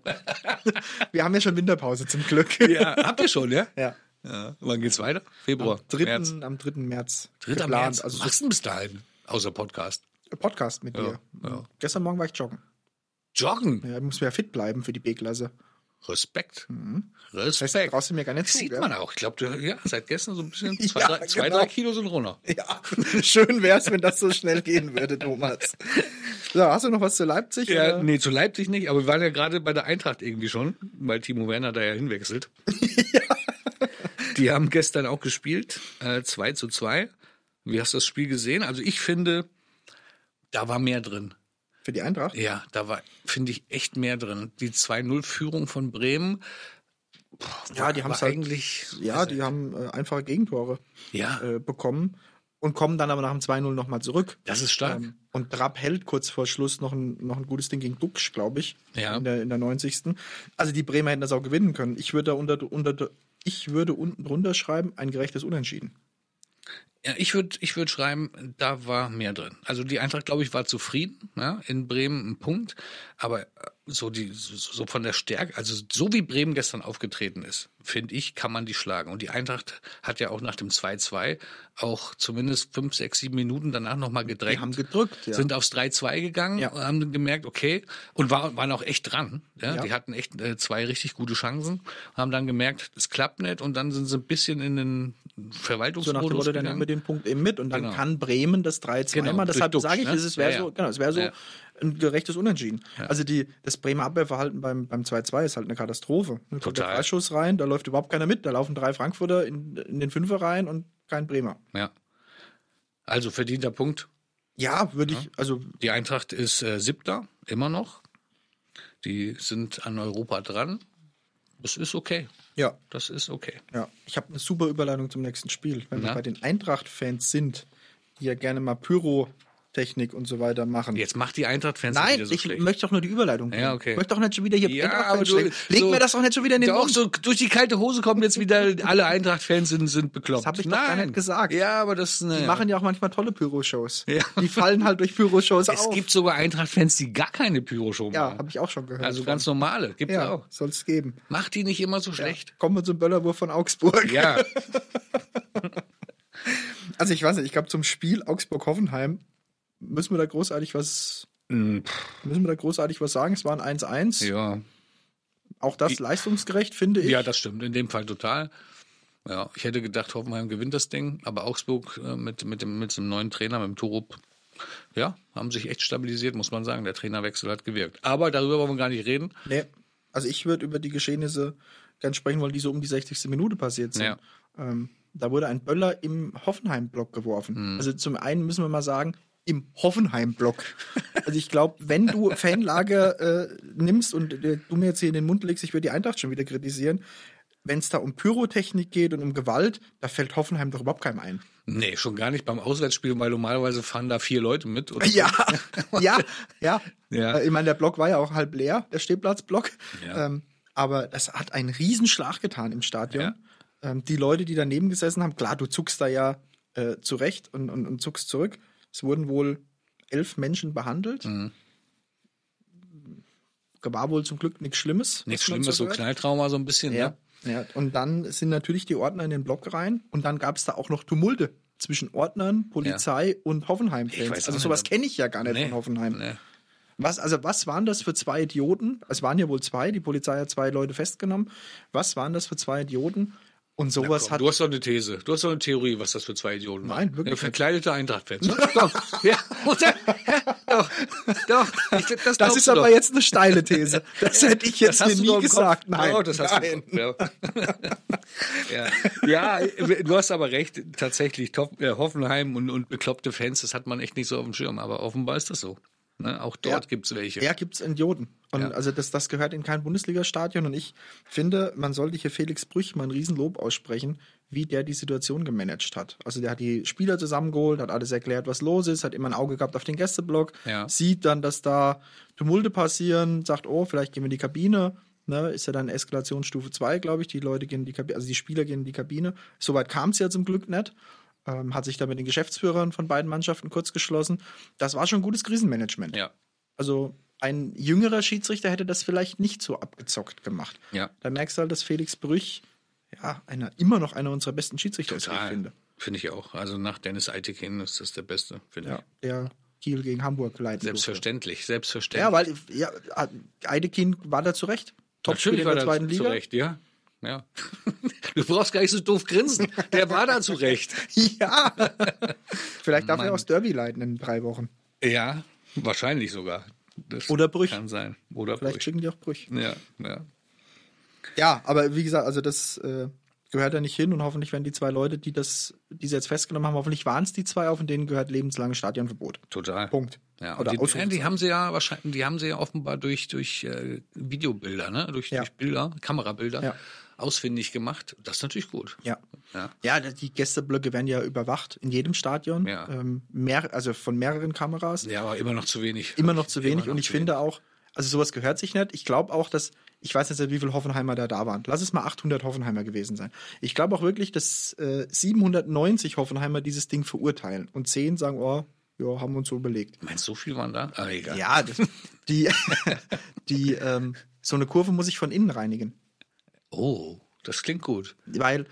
S3: wir haben ja schon Winterpause zum Glück.
S2: Ja, habt ihr schon, ja?
S3: Ja.
S2: ja. Wann geht's weiter? Februar.
S3: Am 3.
S2: März.
S3: Am 3. März.
S2: 3.
S3: geplant.
S2: März.
S3: Also
S2: Also Machst du denn bis dahin? Außer Podcast.
S3: so Podcast mit dir.
S2: ja.
S3: Gestern Morgen war ich joggen.
S2: Joggen.
S3: Ja, ich muss ja fit bleiben für die B-Klasse.
S2: Respekt.
S3: Mhm. Das
S2: Respekt.
S3: heißt, traust du mir gar nicht zu.
S2: Sieht
S3: gell?
S2: man auch. Ich glaube, ja, seit gestern so ein bisschen. Zwei,
S3: Ja,
S2: drei, zwei
S3: genau.
S2: drei Kilo sind runter.
S3: Ja, schön wär's, wenn das so schnell gehen würde, Thomas. So, hast du noch was zu Leipzig?
S2: Ja,
S3: oder?
S2: nee, zu Leipzig nicht, aber wir waren ja gerade bei der Eintracht irgendwie schon, weil Timo Werner da ja hinwechselt. Die haben gestern auch gespielt, äh, 2 zu 2. Wie hast du das Spiel gesehen? Also ich finde, da war mehr drin.
S3: Für die Eintracht?
S2: Ja, da war, finde ich, echt mehr drin. Die 2-0-Führung von Bremen. boah,
S3: Ja, die
S2: war
S3: haben's
S2: aber
S3: halt-
S2: eigentlich.
S3: Ja, die haben äh, einfache Gegentore
S2: ja,
S3: äh, bekommen und kommen dann aber nach dem 2-0 nochmal zurück.
S2: das ist stark.
S3: Ähm, und Trapp hält kurz vor Schluss noch ein, noch ein gutes Ding gegen Duxch, glaube ich,
S2: Ja.
S3: in, der, in der 90. Also die Bremer hätten das auch gewinnen können. Ich würde, da unter, unter, ich würde unten drunter schreiben, ein gerechtes Unentschieden.
S2: Ja, ich würde ich würd schreiben, da war mehr drin. Also die Eintracht, glaube ich, war zufrieden. Ja? In Bremen ein Punkt. Aber äh, so, die, so, so von der Stärke, also so wie Bremen gestern aufgetreten ist, finde ich, kann man die schlagen. Und die Eintracht hat ja auch nach dem 2-2 auch zumindest fünf, sechs, sieben Minuten danach nochmal gedrängt.
S3: Die haben gedrückt, ja.
S2: Sind aufs 3-2 gegangen
S3: Ja.
S2: und haben gemerkt, okay, und war, waren auch echt dran. Ja?
S3: Ja.
S2: Die hatten echt äh, zwei richtig gute Chancen, haben dann gemerkt, es klappt nicht und dann sind sie ein bisschen in den Verwaltungsmodus
S3: So nach dem Motto, dann
S2: gegangen.
S3: nehmen wir den Punkt eben mit und dann
S2: Genau.
S3: kann Bremen das 3-2
S2: Genau,
S3: machen.
S2: durch
S3: Deshalb
S2: Duxch,
S3: sage ich,
S2: ne?
S3: es wäre
S2: Ja,
S3: so,
S2: ja.
S3: genau, es wäre so
S2: Ja.
S3: ein gerechtes Unentschieden. Also die, das Bremer Abwehrverhalten beim, beim 2-2 ist halt eine Katastrophe. Da kommt der
S2: Total.
S3: Freischuss rein, da läuft überhaupt keiner mit, da laufen drei Frankfurter in, in den Fünfer rein und kein Bremer.
S2: Ja. Also verdienter Punkt.
S3: Ja, würde ich, also
S2: Die Eintracht ist äh, siebter, immer noch. Die sind an Europa dran. Das ist okay.
S3: ja,
S2: Das ist okay.
S3: ja. Ich habe eine super Überleitung zum nächsten Spiel. Wenn wir
S2: Na?
S3: bei den Eintracht-Fans sind, die ja gerne mal Pyrotechnik und so weiter machen.
S2: Jetzt macht die Eintracht-Fans
S3: Nein,
S2: wieder so
S3: ich
S2: schlecht.
S3: möchte doch nur die Überleitung bringen.
S2: okay.
S3: Ich möchte doch nicht schon wieder hier Eintracht-Fans schlecht. Leg
S2: so-
S3: mir das doch nicht schon wieder in den
S2: Doch,
S3: Mund.
S2: so durch die kalte Hose kommen jetzt wieder alle Eintracht-Fans sind, sind bekloppt.
S3: Das hab ich doch gar nicht gesagt.
S2: Ja, aber das
S3: Die
S2: ne,
S3: machen ja auch manchmal tolle Pyro-Shows.
S2: Ja.
S3: Die fallen halt durch Pyro-Shows
S2: Es
S3: auf.
S2: gibt sogar Eintracht-Fans, die gar keine Pyroshow
S3: ja, habe
S2: machen.
S3: ich auch schon gehört.
S2: Also ganz normale. Gibt's ja.
S3: ja,
S2: auch.
S3: soll es geben.
S2: Macht die nicht immer so schlecht?
S3: Kommen wir zum Böllerwurf von Augsburg.
S2: Ja.
S3: Also ich weiß nicht, ich glaube zum Spiel Augsburg-Hoffenheim müssen wir da großartig was
S2: Mm,
S3: müssen wir da großartig was sagen. Es war ein 1-1.
S2: ja.
S3: Auch das leistungsgerecht, finde ich.
S2: Ja, das stimmt. In dem Fall total. Ja, ich hätte gedacht, Hoffenheim gewinnt das Ding, aber Augsburg äh, mit, mit, dem, mit dem neuen Trainer, mit dem Torup, ja, haben sich echt stabilisiert, muss man sagen. Der Trainerwechsel hat gewirkt. Aber darüber wollen wir gar nicht reden.
S3: nee. Also ich würde über die Geschehnisse gerne sprechen wollen, die so um die 60. Minute passiert sind.
S2: Ja.
S3: Ähm, da wurde ein Böller im Hoffenheim-Block geworfen. Also zum einen müssen wir mal sagen, im Hoffenheim-Block. Also ich glaube, wenn du Fanlager äh, nimmst und äh, du mir jetzt hier in den Mund legst, ich würde die Eintracht schon wieder kritisieren. Wenn es da um Pyrotechnik geht und um Gewalt, da fällt Hoffenheim doch überhaupt keinem ein.
S2: Nee, schon gar nicht beim Auswärtsspiel, weil normalerweise fahren da vier Leute mit. oder so.
S3: Ja, ja, ja.
S2: Ja.
S3: Äh, Ich meine, der Block war ja auch halb leer, der Stehplatzblock.
S2: Ja.
S3: Ähm, aber das hat einen Riesenschlag getan im Stadion.
S2: Ja.
S3: Ähm, die Leute, die daneben gesessen haben, klar, du zuckst da ja äh, zurecht und, und, und zuckst zurück. Es wurden wohl elf Menschen behandelt.
S2: Mhm.
S3: War wohl zum Glück nichts Schlimmes.
S2: Nichts
S3: was man
S2: Schlimmes, so
S3: gehört.
S2: Knalltrauma so ein bisschen.
S3: Ja.
S2: Ne?
S3: ja. Und dann sind natürlich die Ordner in den Block rein und dann gab es da auch noch Tumulte zwischen Ordnern, Polizei und
S2: Ich
S3: Hoffenheim-Fans.
S2: weiß
S3: Also
S2: auch
S3: sowas
S2: nicht.
S3: kenne ich ja gar nicht
S2: Nee.
S3: von Hoffenheim.
S2: Ne?
S3: Was, also was waren das für zwei Idioten? Es waren ja wohl zwei, die Polizei hat zwei Leute festgenommen. Was waren das für zwei Idioten? Und sowas
S2: Komm,
S3: hat.
S2: du hast doch eine These, du hast doch eine Theorie, was das für zwei Idioten waren.
S3: Nein, wirklich
S2: Ja, verkleidete Eintrachtfans. ne? doch, ja, oder? Ja, doch, doch. Ich, das
S3: Das
S2: glaubst
S3: ist
S2: du
S3: aber
S2: doch.
S3: jetzt eine steile These. Das hätte ich jetzt
S2: Das hast
S3: mir
S2: du doch
S3: nie
S2: im Kopf.
S3: gesagt. Nein.
S2: Oh, das hast
S3: nein.
S2: Du, im Kopf, ja. ja. ja, du hast aber recht. Tatsächlich, Top, äh, Hoffenheim und, und bekloppte Fans, das hat man echt nicht so auf dem Schirm. Aber offenbar ist das so. Ne? Auch dort
S3: Ja.
S2: gibt's welche.
S3: Ja, gibt's Idioten. Und
S2: Ja.
S3: also das, das gehört in kein Bundesligastadion. Und ich finde, man sollte hier Felix Brüch mal ein Riesenlob aussprechen, wie der die Situation gemanagt hat. Also der hat die Spieler zusammengeholt, hat alles erklärt, was los ist, hat immer ein Auge gehabt auf den Gästeblock,
S2: Ja.
S3: sieht dann, dass da Tumulte passieren, sagt, oh, vielleicht gehen wir in die Kabine. Ne, ist ja dann Eskalationsstufe 2, glaube ich. Die Leute gehen in die Kabine, also die Spieler gehen in die Kabine. Soweit kam's ja zum Glück nicht. Ähm, hat sich da mit den Geschäftsführern von beiden Mannschaften kurz geschlossen. Das war schon gutes Krisenmanagement.
S2: ja.
S3: Also ein jüngerer Schiedsrichter hätte das vielleicht nicht so abgezockt gemacht.
S2: Ja.
S3: Da merkst du halt, dass Felix Brüch ja einer, immer noch einer unserer besten Schiedsrichter ist, wie ich
S2: Total.
S3: finde.
S2: Finde ich auch. Also nach Dennis Eitekin ist das der Beste, finde
S3: Ja.
S2: ich.
S3: Der Kiel gegen Hamburg leitet.
S2: Selbstverständlich,
S3: Ja,
S2: selbstverständlich.
S3: weil ja, Eidekin war da zu Recht. Topspieler
S2: Natürlich
S3: der
S2: war
S3: zweiten
S2: er
S3: Liga.
S2: zu Recht, ja. ja. Du brauchst gar nicht so doof grinsen. Der war da zu Recht.
S3: Ja. vielleicht darf er aus Derby leiten in drei Wochen.
S2: Ja, wahrscheinlich sogar. Das
S3: Oder Brüch.
S2: Kann sein. Oder
S3: Vielleicht
S2: Brüch.
S3: schicken die auch Brüch.
S2: Ja, ja.
S3: Ja, aber wie gesagt, also das äh, gehört da nicht hin und hoffentlich werden die zwei Leute, die das, die sie jetzt festgenommen haben, hoffentlich waren es die zwei, auf und denen gehört lebenslanges Stadionverbot.
S2: Total.
S3: Punkt.
S2: Ja, und
S3: Oder
S2: die,
S3: Ausrufezeichen.
S2: äh, die haben sie ja wahrscheinlich, die haben sie ja offenbar durch, durch äh, Videobilder, ne? Durch,
S3: Ja.
S2: durch Bilder, Kamerabilder
S3: Ja.
S2: ausfindig gemacht. Das ist natürlich gut.
S3: Ja.
S2: Ja.
S3: Ja, die Gästeblöcke werden ja überwacht in jedem Stadion.
S2: Ja.
S3: Ähm, mehr, also von mehreren Kameras.
S2: Ja, aber immer noch zu wenig.
S3: Immer noch zu wenig.
S2: noch
S3: und ich
S2: zu
S3: finde auch, also sowas gehört sich nicht. Ich glaube auch, dass, ich weiß jetzt nicht, wie viele Hoffenheimer da da waren. Lass es mal 800 Hoffenheimer gewesen sein. Ich glaube auch wirklich, dass äh, 790 Hoffenheimer dieses Ding verurteilen und 10 sagen, oh, ja, haben wir uns so überlegt.
S2: Meinst du, so viel waren da? Ah, egal.
S3: Ja, das, die, die, ähm, so eine Kurve muss ich von innen reinigen.
S2: Oh, das klingt gut.
S3: Weil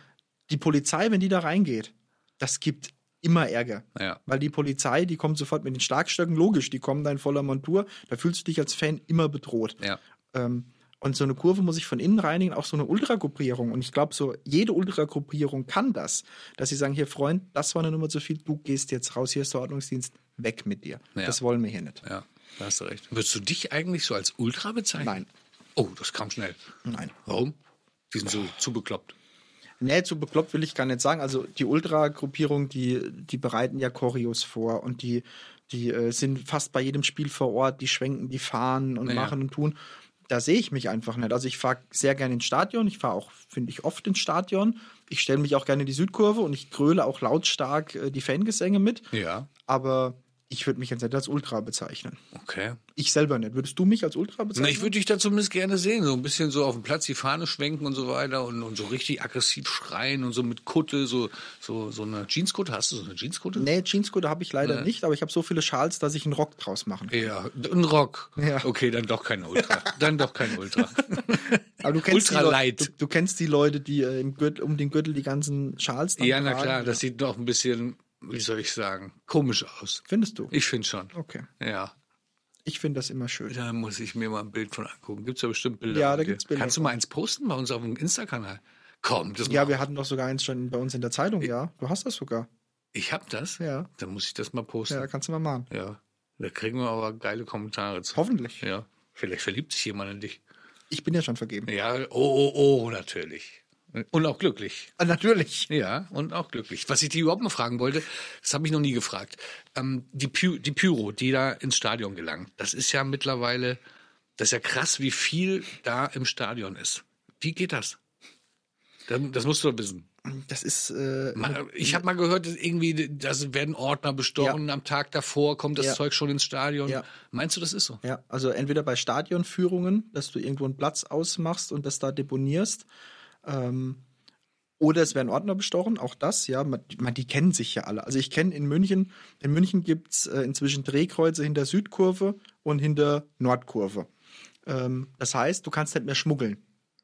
S3: die Polizei, wenn die da reingeht, das gibt immer Ärger.
S2: Ja.
S3: Weil die Polizei, die kommt sofort mit den Schlagstöcken, logisch, die kommen da in voller Montur, da fühlst du dich als Fan immer bedroht.
S2: Ja.
S3: Ähm, und so eine Kurve muss ich von innen reinigen, auch so eine Ultragruppierung. Und ich glaube, so jede Ultragruppierung kann das, dass sie sagen, hier Freund, das war eine Nummer zu viel, du gehst jetzt raus, hier ist der Ordnungsdienst, weg mit dir.
S2: Ja.
S3: Das wollen wir hier nicht.
S2: Ja, da hast du recht. Würdest du dich eigentlich so als Ultra bezeichnen?
S3: Nein.
S2: Oh, das kam schnell.
S3: Nein.
S2: Warum? Die sind so zu bekloppt.
S3: Nee, zu bekloppt will ich gar nicht sagen. Also die Ultra-Gruppierung, die, die bereiten ja Choreos vor und die, die äh, sind fast bei jedem Spiel vor Ort, die schwenken, die fahren und
S2: Naja.
S3: machen und tun. Da sehe ich mich einfach nicht. Also ich fahre sehr gerne ins Stadion, ich fahre auch, finde ich, oft ins Stadion. Ich stelle mich auch gerne in die Südkurve und ich gröle auch lautstark äh, die Fangesänge mit.
S2: Ja.
S3: Aber ich würde mich jetzt nicht als Ultra bezeichnen.
S2: Okay.
S3: Ich selber nicht. Würdest du mich als Ultra
S2: Na,
S3: bezeichnen?
S2: ich würde dich da zumindest gerne sehen. So ein bisschen so auf dem Platz die Fahne schwenken und so weiter und, und so richtig aggressiv schreien und so mit Kutte, so, so, so eine Jeanskutte. Hast du so eine Jeanskutte?
S3: nee, Jeanskutte habe ich leider nicht, aber ich habe so viele Schals, dass ich einen Rock draus machen kann.
S2: Ja, ein Rock.
S3: Ja.
S2: Okay, dann doch kein Ultra. dann doch kein Ultra.
S3: Aber du kennst, die
S2: Ultra
S3: Leute,
S2: light.
S3: du, du kennst die Leute, die äh, im Gürtel, um den Gürtel die ganzen Schals dann
S2: ja, na
S3: tragen.
S2: klar, das sieht doch ein bisschen, wie soll ich sagen, komisch aus.
S3: Findest du?
S2: Ich finde schon.
S3: Okay.
S2: Ja.
S3: Ich finde das immer schön.
S2: Da muss ich mir mal ein Bild von angucken. Gibt es ja bestimmt Bilder.
S3: Ja,
S2: von
S3: da
S2: dir.
S3: gibt's Bilder
S2: Kannst du mal eins posten bei uns auf dem Insta-Kanal? Komm, das
S3: Ja,
S2: ja,
S3: wir hatten doch sogar eins schon bei uns in der Zeitung, ja. Du hast das sogar.
S2: ich hab das.
S3: Ja.
S2: Dann muss ich das mal
S3: Ja,
S2: posten.
S3: kannst du mal machen.
S2: Ja. Da kriegen wir aber geile Kommentare zu.
S3: Hoffentlich.
S2: Ja. Vielleicht verliebt sich jemand in dich.
S3: Ich bin ja schon vergeben.
S2: Ja, oh, oh, oh, natürlich. Und auch glücklich.
S3: Ah, Natürlich.
S2: Ja, und auch glücklich. Was ich dir überhaupt mal fragen wollte, das habe ich noch nie gefragt. Ähm, die, Py die Pyro, die da ins Stadion gelangt, das ist ja mittlerweile, das ist ja krass, wie viel da im Stadion ist. Wie geht das? Das, das musst du doch wissen.
S3: Das ist. Äh,
S2: Ma- Ich habe mal gehört, dass irgendwie, da werden Ordner bestochen, am Tag davor kommt das
S3: Ja.
S2: Zeug schon ins Stadion.
S3: Ja.
S2: Meinst du, das ist so?
S3: Ja, also entweder bei Stadionführungen, dass du irgendwo einen Platz ausmachst und das da deponierst. Ähm, oder es werden Ordner bestochen, auch das, ja, man, man, die kennen sich ja alle. Also ich kenne in München, in München gibt es äh, inzwischen Drehkreuze hinter Südkurve und hinter Nordkurve. Ähm, das heißt, du kannst nicht mehr schmuggeln.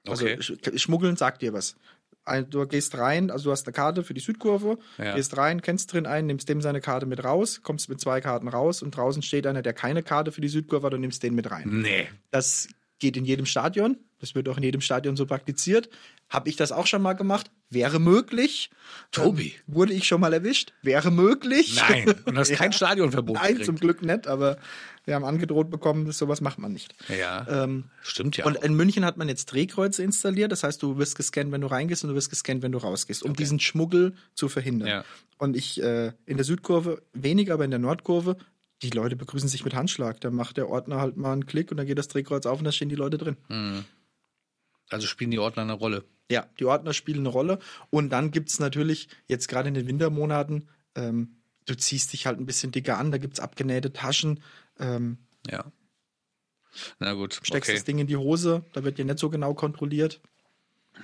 S3: Also
S2: Okay.
S3: sch- schmuggeln sagt dir was. Ein- Du gehst rein, also du hast eine Karte für die Südkurve,
S2: Ja.
S3: gehst rein, kennst drin einen, nimmst dem seine Karte mit raus, kommst mit zwei Karten raus und draußen steht einer, der keine Karte für die Südkurve hat und nimmst den mit rein.
S2: Nee.
S3: Das geht in jedem Stadion. Das wird auch in jedem Stadion so praktiziert. Habe ich das auch schon mal gemacht? Wäre möglich.
S2: Tobi.
S3: Ähm, wurde ich schon mal erwischt? Wäre möglich.
S2: Nein. Und hast kein Stadionverbot
S3: Nein,
S2: gekriegt.
S3: zum Glück nicht, aber wir haben angedroht bekommen, dass sowas macht man nicht.
S2: Ja,
S3: Ähm,
S2: stimmt ja.
S3: und
S2: auch.
S3: in München hat man jetzt Drehkreuze installiert. Das heißt, du wirst gescannt, wenn du reingehst und du wirst gescannt, wenn du rausgehst, um diesen Schmuggel zu verhindern.
S2: Ja.
S3: Und ich äh, in der Südkurve weniger, aber in der Nordkurve, die Leute begrüßen sich mit Handschlag. Da macht der Ordner halt mal einen Klick und dann geht das Drehkreuz auf und da stehen die Leute drin.
S2: Hm. also spielen die Ordner eine Rolle.
S3: Ja, die Ordner spielen eine Rolle. Und dann gibt es natürlich jetzt gerade in den Wintermonaten, ähm, du ziehst dich halt ein bisschen dicker an, da gibt es abgenähte Taschen, ähm,
S2: Ja. Na gut.
S3: steckst
S2: okay.
S3: das Ding in die Hose, da wird ja nicht so genau kontrolliert.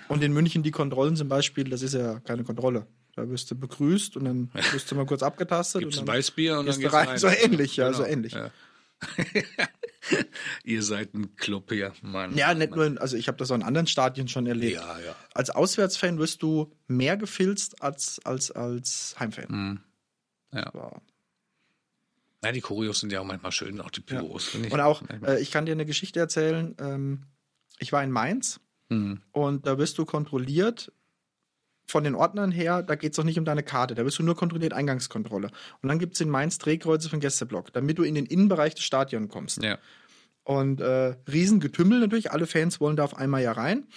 S3: Und in München die Kontrollen zum Beispiel, das ist ja keine Kontrolle. Da wirst du begrüßt und dann wirst du mal kurz abgetastet.
S2: Gibt's ein
S3: und dann,
S2: Weißbier und dann
S3: gehst
S2: geht's Genau.
S3: du rein. So ähnlich, ja, so ähnlich.
S2: Ja. Ihr seid ein Club hier, Mann.
S3: ja, nicht nur, in, also ich habe das auch in anderen Stadien schon erlebt.
S2: Ja, ja.
S3: Als Auswärtsfan wirst du mehr gefilzt als als, als Heimfan.
S2: Hm.
S3: Wow.
S2: Na, die Choreos sind ja auch manchmal schön, auch die Pyros. finde ich.
S3: Und auch,
S2: Manchmal.
S3: äh, ich kann dir eine Geschichte erzählen. Ähm, ich war in Mainz
S2: Hm.
S3: und da wirst du kontrolliert von den Ordnern her. Da geht es doch nicht um deine Karte. Da wirst du nur kontrolliert, Eingangskontrolle. Und dann gibt es in Mainz Drehkreuze für den Gästeblock, damit du in den Innenbereich des Stadions kommst.
S2: Ja.
S3: Und äh, Riesengetümmel natürlich. Alle Fans wollen da auf einmal ja rein.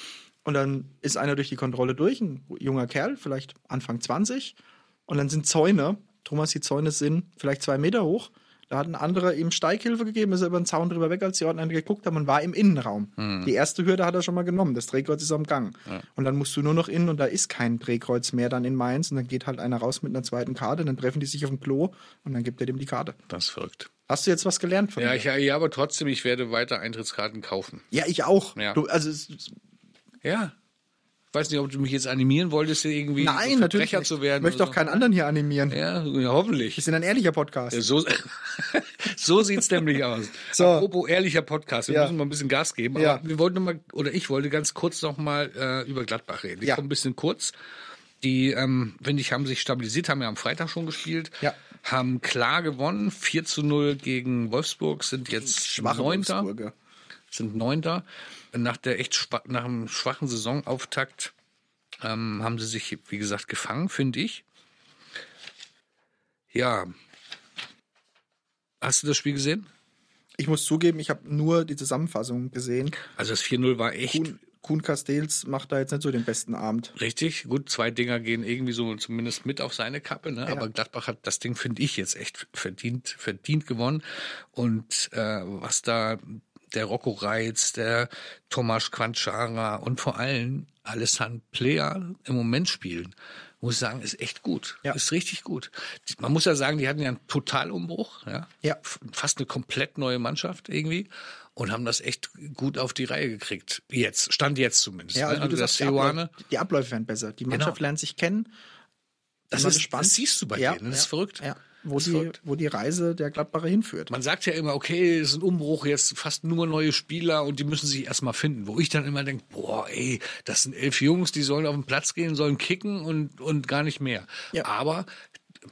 S3: Und dann ist einer durch die Kontrolle durch, ein junger Kerl, vielleicht Anfang 20. Und dann sind Zäune, Thomas, die Zäune sind vielleicht zwei Meter hoch. Da hat ein anderer ihm Steighilfe gegeben, ist er über den Zaun drüber weg, als die Ordner geguckt haben und war im Innenraum.
S2: Hm.
S3: Die erste Hürde hat er schon mal genommen. Das Drehkreuz ist am Gang. Und dann musst du nur noch innen und da ist kein Drehkreuz mehr dann in Mainz. Und dann geht halt einer raus mit einer zweiten Karte, dann treffen die sich auf dem Klo und dann gibt er dem die Karte.
S2: Das verrückt.
S3: Hast du jetzt was gelernt von
S2: Ja,
S3: mir?
S2: ich, ja, aber trotzdem, ich werde weiter Eintrittskarten kaufen.
S3: Ja, ich auch.
S2: Ja.
S3: Du, also es-
S2: Ja. Weiß nicht, ob du mich jetzt animieren wolltest, hier irgendwie
S3: Nein,
S2: so
S3: natürlich.
S2: Verbrecher
S3: Nicht.
S2: zu werden.
S3: ich möchte
S2: oder
S3: auch keinen anderen hier animieren.
S2: so. Ja, ja,
S3: Wir
S2: hoffentlich.
S3: sind ein ehrlicher Podcast.
S2: So, so sieht's nämlich aus.
S3: So.
S2: Apropos ehrlicher Podcast, wir
S3: Ja.
S2: müssen mal ein bisschen Gas geben. Aber
S3: Ja.
S2: wir wollten noch mal, oder ich wollte ganz kurz noch mal äh, über Gladbach reden. Ich
S3: Ja.
S2: komme ein bisschen kurz. Die, ähm, finde ich, haben sich stabilisiert, haben ja am Freitag schon gespielt,
S3: Ja.
S2: haben klar gewonnen, 4 zu 0 gegen Wolfsburg, sind jetzt Neunter.
S3: Wolfsburger.
S2: sind Neunter. Nach der echt schwa- nach einem schwachen Saisonauftakt ähm, haben sie sich, wie gesagt, gefangen, finde ich. Ja. Hast du das Spiel gesehen?
S3: Ich muss zugeben, ich habe nur die Zusammenfassung gesehen.
S2: Also das 4-0 war echt
S3: Kuhn, Kuhn Castells macht da jetzt nicht so den besten Abend.
S2: richtig. Gut, zwei Dinger gehen irgendwie so zumindest mit auf seine Kappe, ne? Aber Gladbach hat das Ding, finde ich, jetzt echt verdient, verdient gewonnen. Und äh, was da der Rocco Reitz, der Tomasz Quanchara und vor allem Alessandro Plea im Moment spielen, muss ich sagen, ist echt gut.
S3: Ja.
S2: Ist richtig gut. Die- Man muss ja sagen, die hatten ja einen Totalumbruch, ja?
S3: Ja.
S2: F- fast eine komplett neue Mannschaft irgendwie und haben das echt gut auf die Reihe gekriegt. Jetzt, stand jetzt zumindest.
S3: Ja,
S2: ne?
S3: also, wie du
S2: das
S3: sagst, die
S2: Seoane,
S3: Abläufe, die Abläufe werden besser. Die Mannschaft lernt sich kennen.
S2: Das,
S3: Bin mal
S2: ist,
S3: gespannt.
S2: das siehst du bei
S3: Ja,
S2: denen, das ist
S3: ja,
S2: verrückt.
S3: Ja, wo,
S2: Das ist
S3: die,
S2: verrückt.
S3: wo die Reise der Gladbacher hinführt.
S2: Man sagt ja immer, okay, es ist ein Umbruch, jetzt fast nur neue Spieler und die müssen sich erstmal finden. Wo ich dann immer denke, boah, ey, das sind elf Jungs, die sollen auf den Platz gehen, sollen kicken und, und gar nicht mehr.
S3: Ja.
S2: Aber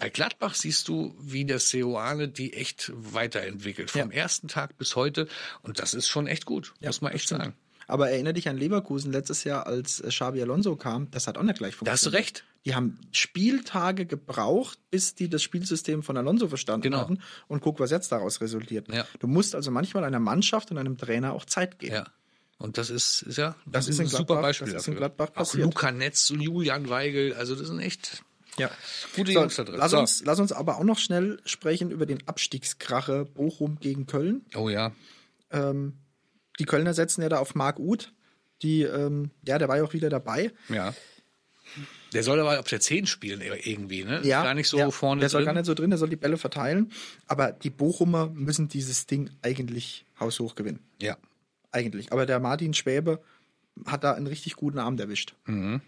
S2: bei Gladbach siehst du, wie der Seoane die echt weiterentwickelt. Vom ersten Tag bis heute. Und das ist schon echt gut, muss man echt sagen.
S3: Aber erinnere dich an Leverkusen letztes Jahr, als äh, Xabi Alonso kam. Das hat auch nicht gleich
S2: Da
S3: funktioniert.
S2: hast du recht.
S3: Die haben Spieltage gebraucht, bis die das Spielsystem von Alonso verstanden
S2: Genau.
S3: hatten. Und guck, was jetzt daraus resultiert.
S2: Ja.
S3: Du musst also manchmal einer Mannschaft und einem Trainer auch Zeit geben.
S2: Ja. Und das ist, ist ja
S3: Das ist in Gladbach- das ist in Gladbach passiert.
S2: Auch Luca Netz und Julian Weigel, also das sind echt
S3: Ja.
S2: gute
S3: So,
S2: Jungs da drin.
S3: lass,
S2: So.
S3: uns, lass uns aber auch noch schnell sprechen über den Abstiegskrache Bochum gegen Köln.
S2: Oh ja.
S3: Ähm, die Kölner setzen ja da auf Marc Uth. Die, ähm, ja, der war ja auch wieder dabei.
S2: Ja. Der soll aber auf der 10 spielen irgendwie, ne? Ist
S3: Ja,
S2: Gar nicht so
S3: ja,
S2: vorne
S3: Der soll
S2: drin.
S3: gar nicht so drin, der soll die Bälle verteilen. Aber die Bochumer müssen dieses Ding eigentlich haushoch gewinnen.
S2: ja.
S3: Eigentlich. Aber der Martin Schwäbe hat da einen richtig guten Abend erwischt.
S2: Mhm.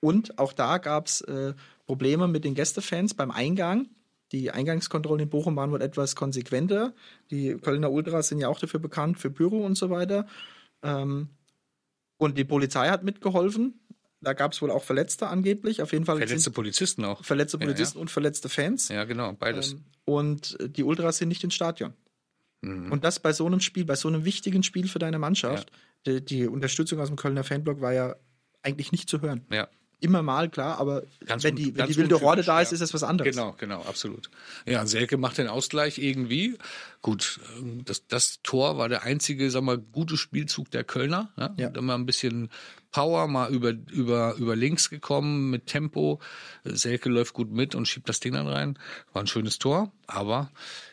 S3: Und auch da gab es äh, Probleme mit den Gästefans beim Eingang. Die Eingangskontrollen in Bochum waren wohl etwas konsequenter. Die Kölner Ultras sind ja auch dafür bekannt, für Büro und so weiter. Ähm, und die Polizei hat mitgeholfen. Da gab es wohl auch Verletzte angeblich. Auf jeden Fall
S2: Verletzte
S3: sind
S2: Polizisten auch.
S3: verletzte
S2: Ja,
S3: Polizisten und verletzte Fans.
S2: Ja, genau, beides.
S3: Ähm, und die Ultras sind nicht im Stadion.
S2: Mhm.
S3: Und das bei so einem Spiel, bei so einem wichtigen Spiel für deine Mannschaft, die, die Unterstützung aus dem Kölner Fanblock war ja eigentlich nicht zu hören.
S2: ja.
S3: Immer mal, klar, aber
S2: Ganz
S3: wenn
S2: un-
S3: die, wenn
S2: ganz
S3: die wilde Horde
S2: untypisch,
S3: da ist,
S2: ja.
S3: ist das was anderes.
S2: Genau, genau, absolut. Ja, und Selke macht den Ausgleich irgendwie. Gut, ähm, das, das Tor war der einzige, sag mal, gute Spielzug der Kölner. Ne?
S3: Ja.
S2: Dann mal ein bisschen Power, mal über, über, über links gekommen mit Tempo. Selke läuft gut mit und schiebt das Ding dann rein. War ein schönes Tor, aber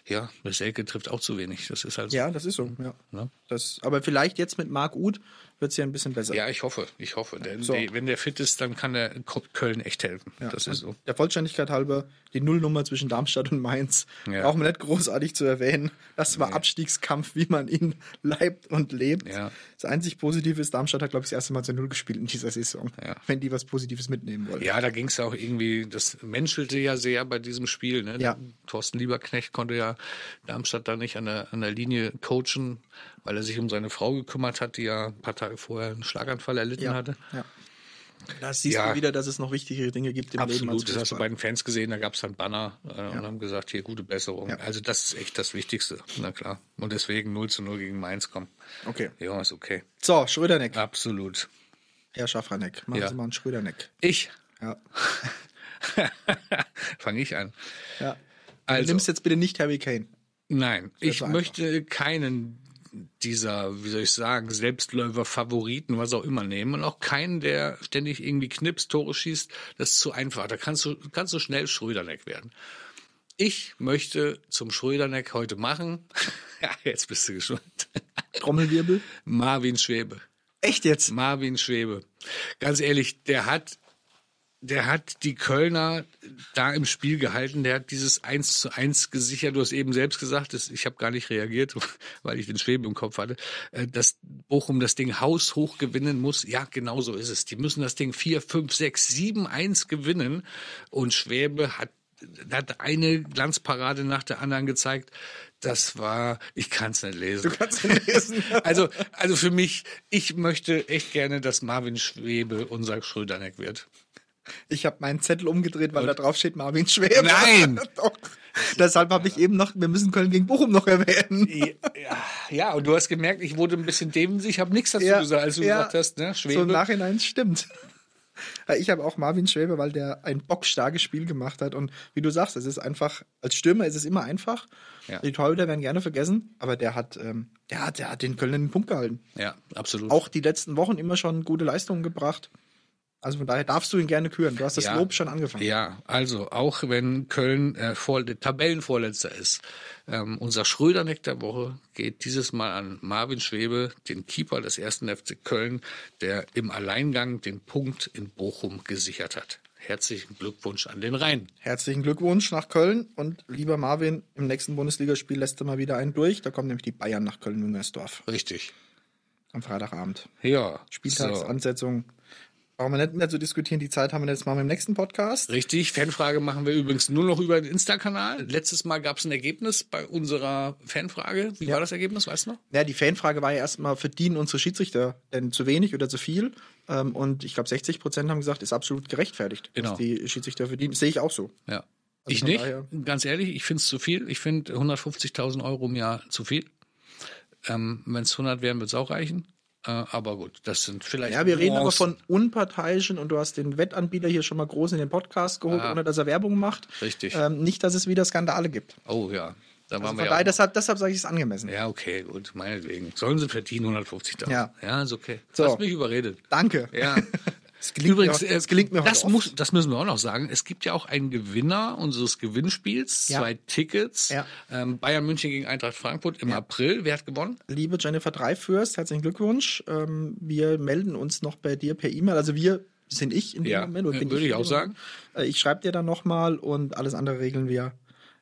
S2: ja, der Selke trifft auch zu wenig. Das ist halt so.
S3: Ja, das ist so. Ja.
S2: Ne?
S3: Das, aber vielleicht jetzt mit Marc Uth wird es ja ein bisschen besser.
S2: Ja, ich hoffe, ich hoffe. Denn
S3: So.
S2: die, wenn der fit ist, dann kann der Ko- Köln echt helfen.
S3: Ja.
S2: Das ist so.
S3: Der Vollständigkeit halber, die Nullnummer zwischen Darmstadt und Mainz
S2: Ja.
S3: brauchen wir nicht großartig zu erwähnen. Das war Abstiegskampf, wie man ihn leibt und lebt.
S2: Ja.
S3: Das einzig Positive ist, Darmstadt hat, glaube ich, das erste Mal zu Null gespielt in dieser Saison,
S2: Ja.
S3: wenn die was Positives mitnehmen wollen.
S2: Ja, da ging es ja auch irgendwie, das menschelte ja sehr bei diesem Spiel. Ne?
S3: Ja.
S2: Thorsten Lieberknecht konnte ja Darmstadt da nicht an der, an der Linie coachen, weil er sich um seine Frau gekümmert hat, die ja ein paar Tage vorher einen Schlaganfall erlitten
S3: Ja.
S2: hatte.
S3: Ja. Da siehst
S2: Ja.
S3: du wieder, dass es noch wichtigere Dinge gibt im Leben als
S2: Absolut, das hast du bei
S3: Fußball.
S2: den Fans gesehen, da gab es dann Banner äh, und haben gesagt, hier gute Besserung.
S3: Ja.
S2: Also das ist echt das Wichtigste, na klar. Und deswegen 0 zu 0 gegen Mainz kommen.
S3: Okay.
S2: Ja, ist okay.
S3: So, Schröderneck.
S2: Absolut.
S3: Herr Schafranek. Machen
S2: Ja.
S3: Sie mal einen Schröderneck.
S2: Ich,
S3: Ja.
S2: fange ich an.
S3: ja. Du
S2: Also,
S3: nimmst jetzt bitte nicht Harry Kane.
S2: Nein, ich
S3: war einfach.
S2: möchte keinen dieser, wie soll ich sagen, Selbstläufer, Favoriten, was auch immer nehmen und auch keinen, der ständig irgendwie Knips, Tore schießt, das ist zu einfach. Da kannst du, kannst du schnell Schröderneck werden. Ich möchte zum Schröderneck heute machen, ja, jetzt bist du geschwind,
S3: Trommelwirbel.
S2: Marvin Schwebe.
S3: Echt jetzt?
S2: Marvin Schwebe. Ganz ehrlich, der hat, der hat die Kölner da im Spiel gehalten. Der hat dieses 1 zu 1 gesichert. Du hast eben selbst gesagt, das, ich habe gar nicht reagiert, weil ich den Schwebe im Kopf hatte, äh, dass Bochum das Ding haushoch gewinnen muss. Ja, genau so ist es. Die müssen das Ding 4, 5, 6, 7, 1 gewinnen. Und Schwebe hat hat eine Glanzparade nach der anderen gezeigt. Das war, ich kann es nicht lesen.
S3: Kannst du lesen?
S2: Also, also für mich, ich möchte echt gerne, dass Marvin Schwebe unser Schröderneck wird.
S3: Ich habe meinen Zettel umgedreht, weil da drauf steht Marvin Schwäbe.
S2: Nein!
S3: Doch. Deshalb habe ich eben noch, wir müssen Köln gegen Bochum noch erwähnen.
S2: Ja, ja, und du hast gemerkt, ich wurde ein bisschen dämlich, ich habe nichts dazu
S3: Ja,
S2: gesagt, als du
S3: ja.
S2: gesagt hast, ne,
S3: So
S2: Schwebe.
S3: im Nachhinein stimmt. Ja, Ich habe auch Marvin Schwäbe, weil der ein bockstarkes Spiel gemacht hat. Und wie du sagst, es ist einfach, als Stürmer ist es immer einfach.
S2: Ja.
S3: Die Torhüter werden gerne vergessen, aber der hat, ähm, der hat, der hat den Köln den Punkt gehalten.
S2: ja, absolut.
S3: Auch die letzten Wochen immer schon gute Leistungen gebracht. Also von daher darfst du ihn gerne küren. Du hast das
S2: Ja.
S3: Lob schon angefangen.
S2: Ja, also auch wenn Köln äh, vor, der Tabellenvorletzter ist, ähm, unser Schröderneck der Woche geht dieses Mal an Marvin Schwebe, den Keeper des ersten FC Köln, der im Alleingang den Punkt in Bochum gesichert hat. Herzlichen Glückwunsch an den Rhein.
S3: Herzlichen Glückwunsch nach Köln und lieber Marvin, im nächsten Bundesligaspiel lässt du mal wieder einen durch. Da kommen nämlich die Bayern nach Köln-Müngersdorf
S2: Richtig.
S3: am Freitagabend.
S2: Ja. So.
S3: Spieltagsansetzung. Brauchen wir nicht mehr zu diskutieren. Die Zeit haben wir jetzt mal im nächsten Podcast.
S2: Richtig, Fanfrage machen wir übrigens nur noch über den Insta-Kanal. Letztes Mal gab es ein Ergebnis bei unserer Fanfrage. Wie war das Ergebnis, weißt du noch?
S3: Ja, die Fanfrage war ja erstmal, verdienen unsere Schiedsrichter denn zu wenig oder zu viel? Ähm, Und ich glaube, 60 Prozent haben gesagt, ist absolut gerechtfertigt,
S2: Genau.
S3: dass die Schiedsrichter verdienen. Sehe ich auch so.
S2: Ja. ich
S3: von
S2: nicht,
S3: daher-
S2: Also ganz ehrlich, ich finde es zu viel. Ich finde 150.000 Euro im Jahr zu viel. Ähm, Wenn es 100 wären, würde es auch reichen. Äh, aber gut, das sind vielleicht.
S3: Ja, wir reden aber
S2: Nuancen.
S3: von unparteiischen und du hast den Wettanbieter hier schon mal groß in den Podcast geholt,
S2: Ah.
S3: ohne dass er Werbung macht.
S2: Richtig.
S3: Ähm, nicht, dass es wieder Skandale gibt.
S2: Oh ja, Da
S3: Also
S2: waren
S3: von
S2: wir
S3: daher,
S2: ja, auch
S3: deshalb, deshalb sage ich es angemessen.
S2: noch. ja, okay, gut, meinetwegen. Sollen sie verdienen 150.000?
S3: Ja.
S2: Ja, ist okay.
S3: So.
S2: Hast mich überredet.
S3: Danke.
S2: Ja.
S3: Es gelingt
S2: Übrigens,
S3: mir,
S2: äh,
S3: es gelingt mir
S2: das,
S3: heute
S2: muss, das müssen wir auch noch sagen. Es gibt ja auch einen Gewinner unseres Gewinnspiels,
S3: Ja.
S2: zwei Tickets.
S3: Ja.
S2: Ähm, Bayern München gegen Eintracht Frankfurt im
S3: Ja.
S2: April. Wer hat gewonnen?
S3: oft. Liebe Jennifer Dreifürst, herzlichen Glückwunsch. Ähm, wir melden uns noch bei dir per E-Mail. Also wir sind ich in dem
S2: Ja,
S3: Moment.
S2: äh,
S3: bin
S2: würde ich auch
S3: in dem Moment. Äh, Ich schreibe dir dann nochmal und alles andere regeln wir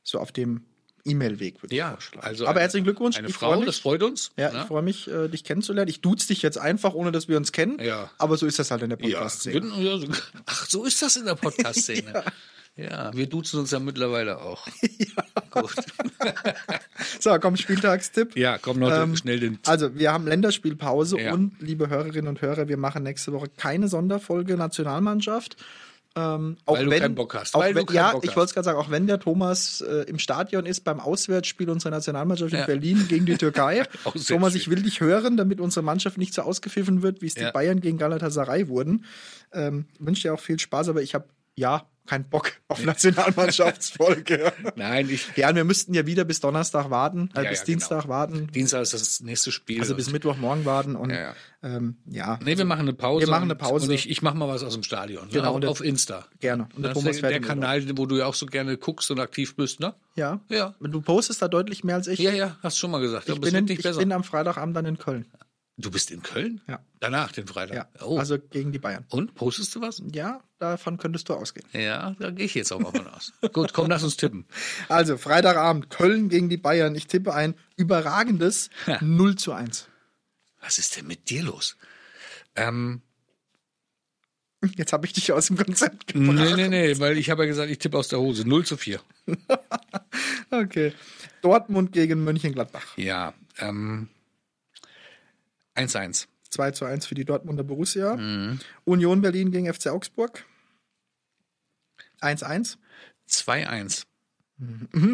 S3: so auf dem E-Mail-Weg. würde ich vorschlagen.
S2: also
S3: Aber
S2: eine-
S3: herzlichen Glückwunsch.
S2: Eine
S3: ich
S2: Frau,
S3: freu
S2: das
S3: mich.
S2: freut uns.
S3: Ja,
S2: ne?
S3: ich freue mich, äh, dich kennenzulernen. Ich duze dich jetzt einfach, ohne dass wir uns kennen.
S2: Ja.
S3: Aber so ist das halt in der
S2: Ja, genau.
S3: Podcast-Szene.
S2: würden- ja, so- ach, so ist das in der Podcast-Szene. ja. wir duzen uns ja mittlerweile auch. Gut.
S3: So, komm, Spieltagstipp.
S2: Ja, komm Leute,
S3: Ähm,
S2: schnell den.
S3: Also, wir haben Länderspielpause
S2: Ja.
S3: und, liebe Hörerinnen und Hörer, wir machen nächste Woche keine Sonderfolge Nationalmannschaft. Ähm, auch
S2: Weil du
S3: wenn,
S2: keinen Bock hast.
S3: Auch
S2: Weil du
S3: wenn,
S2: keinen
S3: ja,
S2: Bock
S3: ich
S2: hast.
S3: wollte es gerade sagen, auch wenn der Thomas äh, im Stadion ist beim Auswärtsspiel unserer Nationalmannschaft in
S2: Ja.
S3: Berlin gegen die Türkei.
S2: Auswärtsspiel.
S3: Thomas, ich will dich hören, damit unsere Mannschaft nicht so ausgepfiffen wird, wie es
S2: Ja.
S3: die Bayern gegen Galatasaray wurden. Ähm, wünsche dir auch viel Spaß, aber ich habe ja keinen Bock auf Nationalmannschaftsfolge.
S2: Nein, ich.
S3: ja, und wir müssten ja wieder bis Donnerstag warten, äh,
S2: Ja,
S3: bis
S2: ja, genau.
S3: Dienstag warten.
S2: Dienstag ist das nächste Spiel.
S3: Also bis Mittwochmorgen warten und
S2: Ja, ja.
S3: Ähm, ja
S2: Nee, wir machen eine Pause.
S3: Wir machen eine
S2: und-
S3: Pause.
S2: Und ich, ich mache mal was aus dem Stadion.
S3: Genau,
S2: Ne?
S3: und
S2: Auf, auf
S3: der-
S2: Insta.
S3: gerne. Und der
S2: Das ist
S3: Thomas
S2: der, der
S3: Ferdinand
S2: Kanal, wo du ja auch so gerne guckst und aktiv bist, ne?
S3: auch. Ja.
S2: Ja.
S3: Du postest da deutlich mehr als ich.
S2: Ja, ja, hast schon mal gesagt.
S3: ich
S2: aber es
S3: bin,
S2: wird
S3: in,
S2: nicht
S3: ich
S2: besser.
S3: bin am Freitagabend dann in Köln.
S2: du bist in Köln?
S3: Ja.
S2: Danach, den Freitag.
S3: Ja.
S2: Oh.
S3: Also gegen die Bayern.
S2: und postest du was?
S3: Ja, davon könntest du ausgehen.
S2: Ja, da gehe ich jetzt auch mal von aus. Gut, komm, lass uns tippen.
S3: Also, Freitagabend, Köln gegen die Bayern. Ich tippe ein überragendes 0 zu 1.
S2: Was ist denn mit dir los? Ähm,
S3: Jetzt habe ich dich aus dem Konzept
S2: nee,
S3: gebracht.
S2: nee, nee, weil ich habe ja gesagt, ich tippe aus der Hose. 0 zu 4.
S3: Okay. Dortmund gegen Mönchengladbach.
S2: Ja. Ähm, 1-1.
S3: 2 zu 1 für die Dortmunder Borussia.
S2: Mhm.
S3: Union Berlin gegen FC Augsburg. 1-1.
S2: 2-1.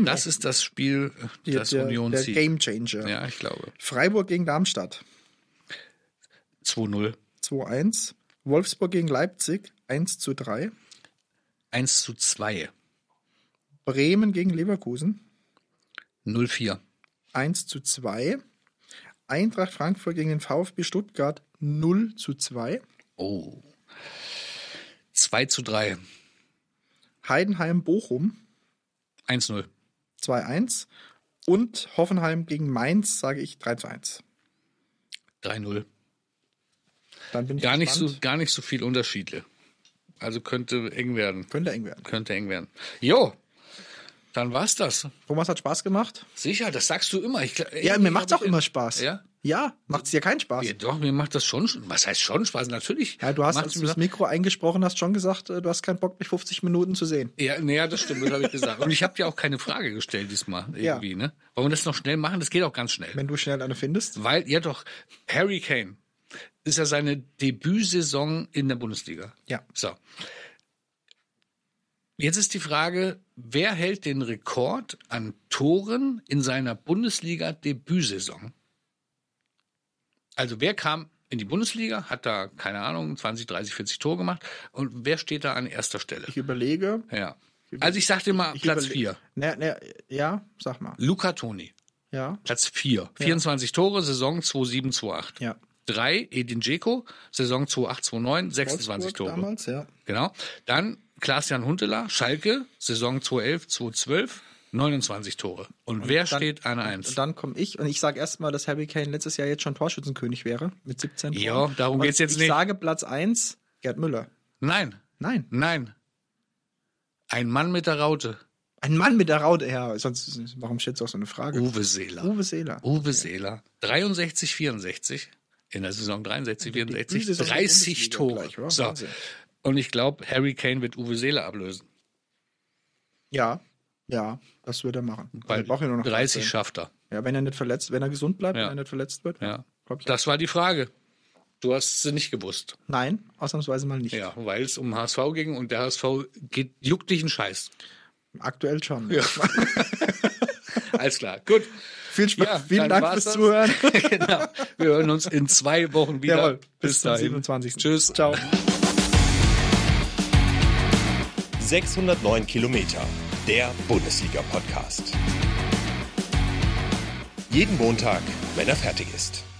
S2: Das ist das Spiel,
S3: Die-
S2: das
S3: Mhm. der,
S2: Union
S3: der
S2: zieht.
S3: Game Changer.
S2: Ja, ich glaube.
S3: Freiburg gegen Darmstadt
S2: 2-0.
S3: 2-1. Wolfsburg gegen Leipzig 1 zu 3.
S2: 1 zu 2.
S3: Bremen gegen Leverkusen
S2: 0-4.
S3: 1 zu 2. Eintracht Frankfurt gegen den VfB Stuttgart 0 zu 2.
S2: Oh. 2 zu 3.
S3: Heidenheim Bochum
S2: 1-0.
S3: 2-1. Und Hoffenheim gegen Mainz, sage ich 3 zu 1.
S2: 3-0.
S3: Dann bin ich
S2: Gar nicht,
S3: gespannt.
S2: so, gar nicht so viel Unterschiede. Also könnte eng werden.
S3: Könnte eng werden.
S2: Könnte eng werden. Jo. Dann war's das.
S3: Thomas hat Spaß gemacht.
S2: Sicher, das sagst du immer. Ich, gl-
S3: Ja,
S2: irgendwie
S3: mir macht's
S2: hab
S3: auch
S2: ich-
S3: immer Spaß.
S2: Ja?
S3: Ja, macht's dir keinen Spaß.
S2: Ja, doch, mir macht das schon. Was heißt schon Spaß? Natürlich.
S3: Ja, du hast,
S2: Macht's
S3: als
S2: mir
S3: du das
S2: Spaß.
S3: Mikro eingesprochen hast, schon gesagt, äh, du hast keinen Bock, mich 50 Minuten zu sehen.
S2: Ja, nee, ja, das stimmt, das habe ich gesagt. Und ich habe dir auch keine Frage gestellt diesmal
S3: Ja.
S2: irgendwie, ne? Wollen wir das noch schnell machen? Das geht auch ganz schnell.
S3: Wenn du schnell eine findest.
S2: Weil, ja doch, Harry Kane ist ja seine Debütsaison in der Bundesliga.
S3: Ja.
S2: So. Jetzt ist die Frage, wer hält den Rekord an Toren in seiner Bundesliga-Debütsaison? Also wer kam in die Bundesliga, hat da, keine Ahnung, 20, 30, 40 Tore gemacht und wer steht da an erster Stelle?
S3: Ich überlege.
S2: Ja. Also ich sag dir mal
S3: Ich
S2: Platz
S3: überle-
S2: 4.
S3: Ne, ne, ja, sag mal.
S2: Luca Toni,
S3: Ja,
S2: Platz 4. 24 Tore, Saison 27, 28.
S3: ja.
S2: 3, Edin Dzeko, Saison 28, 29, 26
S3: Wolfsburg
S2: Tore.
S3: damals, ja.
S2: Genau. Dann Klaas-Jan Huntelaar, Schalke, Saison 2011, 2012, 29 Tore. Und, wer
S3: dann-
S2: steht an 1?
S3: Und dann komme ich und ich sage erstmal, dass Harry Kane letztes Jahr jetzt schon Torschützenkönig wäre mit 17 Toren.
S2: Ja, darum
S3: Und
S2: geht's jetzt
S3: ich
S2: nicht.
S3: Ich sage Platz 1, Gerd Müller.
S2: Nein,
S3: Nein,
S2: nein. Ein Mann mit der Raute.
S3: ein Mann mit der Raute. Ja, sonst, warum stellst du auch so eine Frage?
S2: Uwe Seeler.
S3: Uwe Seeler.
S2: Uwe Seeler. 63, 64. In der Saison 63,
S3: Die
S2: 64.
S3: Saison der
S2: 30
S3: Bundesliga
S2: Tore.
S3: gleich, oder?
S2: so.
S3: Wahnsinn.
S2: Und ich glaube, Harry Kane wird Uwe Seeler ablösen.
S3: Ja, ja, das würde er machen.
S2: Weil
S3: Wir brauchen ja nur noch
S2: 30
S3: 13.
S2: schafft er.
S3: Ja, wenn er nicht verletzt, wenn er gesund bleibt,
S2: Ja.
S3: wenn er nicht verletzt wird.
S2: Ja.
S3: Glaub ich.
S2: Das war die Frage. Du hast sie nicht gewusst.
S3: Nein, ausnahmsweise mal nicht.
S2: Ja, weil es um HSV ging und der HSV geht, juckt dich einen Scheiß.
S3: Aktuell schon.
S2: Alles klar. Gut.
S3: Viel Spaß.
S2: Ja,
S3: Vielen
S2: dann
S3: Dank
S2: war's
S3: fürs
S2: das.
S3: Zuhören.
S2: genau. Wir hören uns in zwei Wochen wieder.
S3: Jawohl.
S2: Bis,
S3: Bis zum
S2: dahin.
S3: 27.
S2: Tschüss.
S3: Ciao.
S1: 609 Kilometer. Der Bundesliga-Podcast. Jeden Montag, wenn er fertig ist.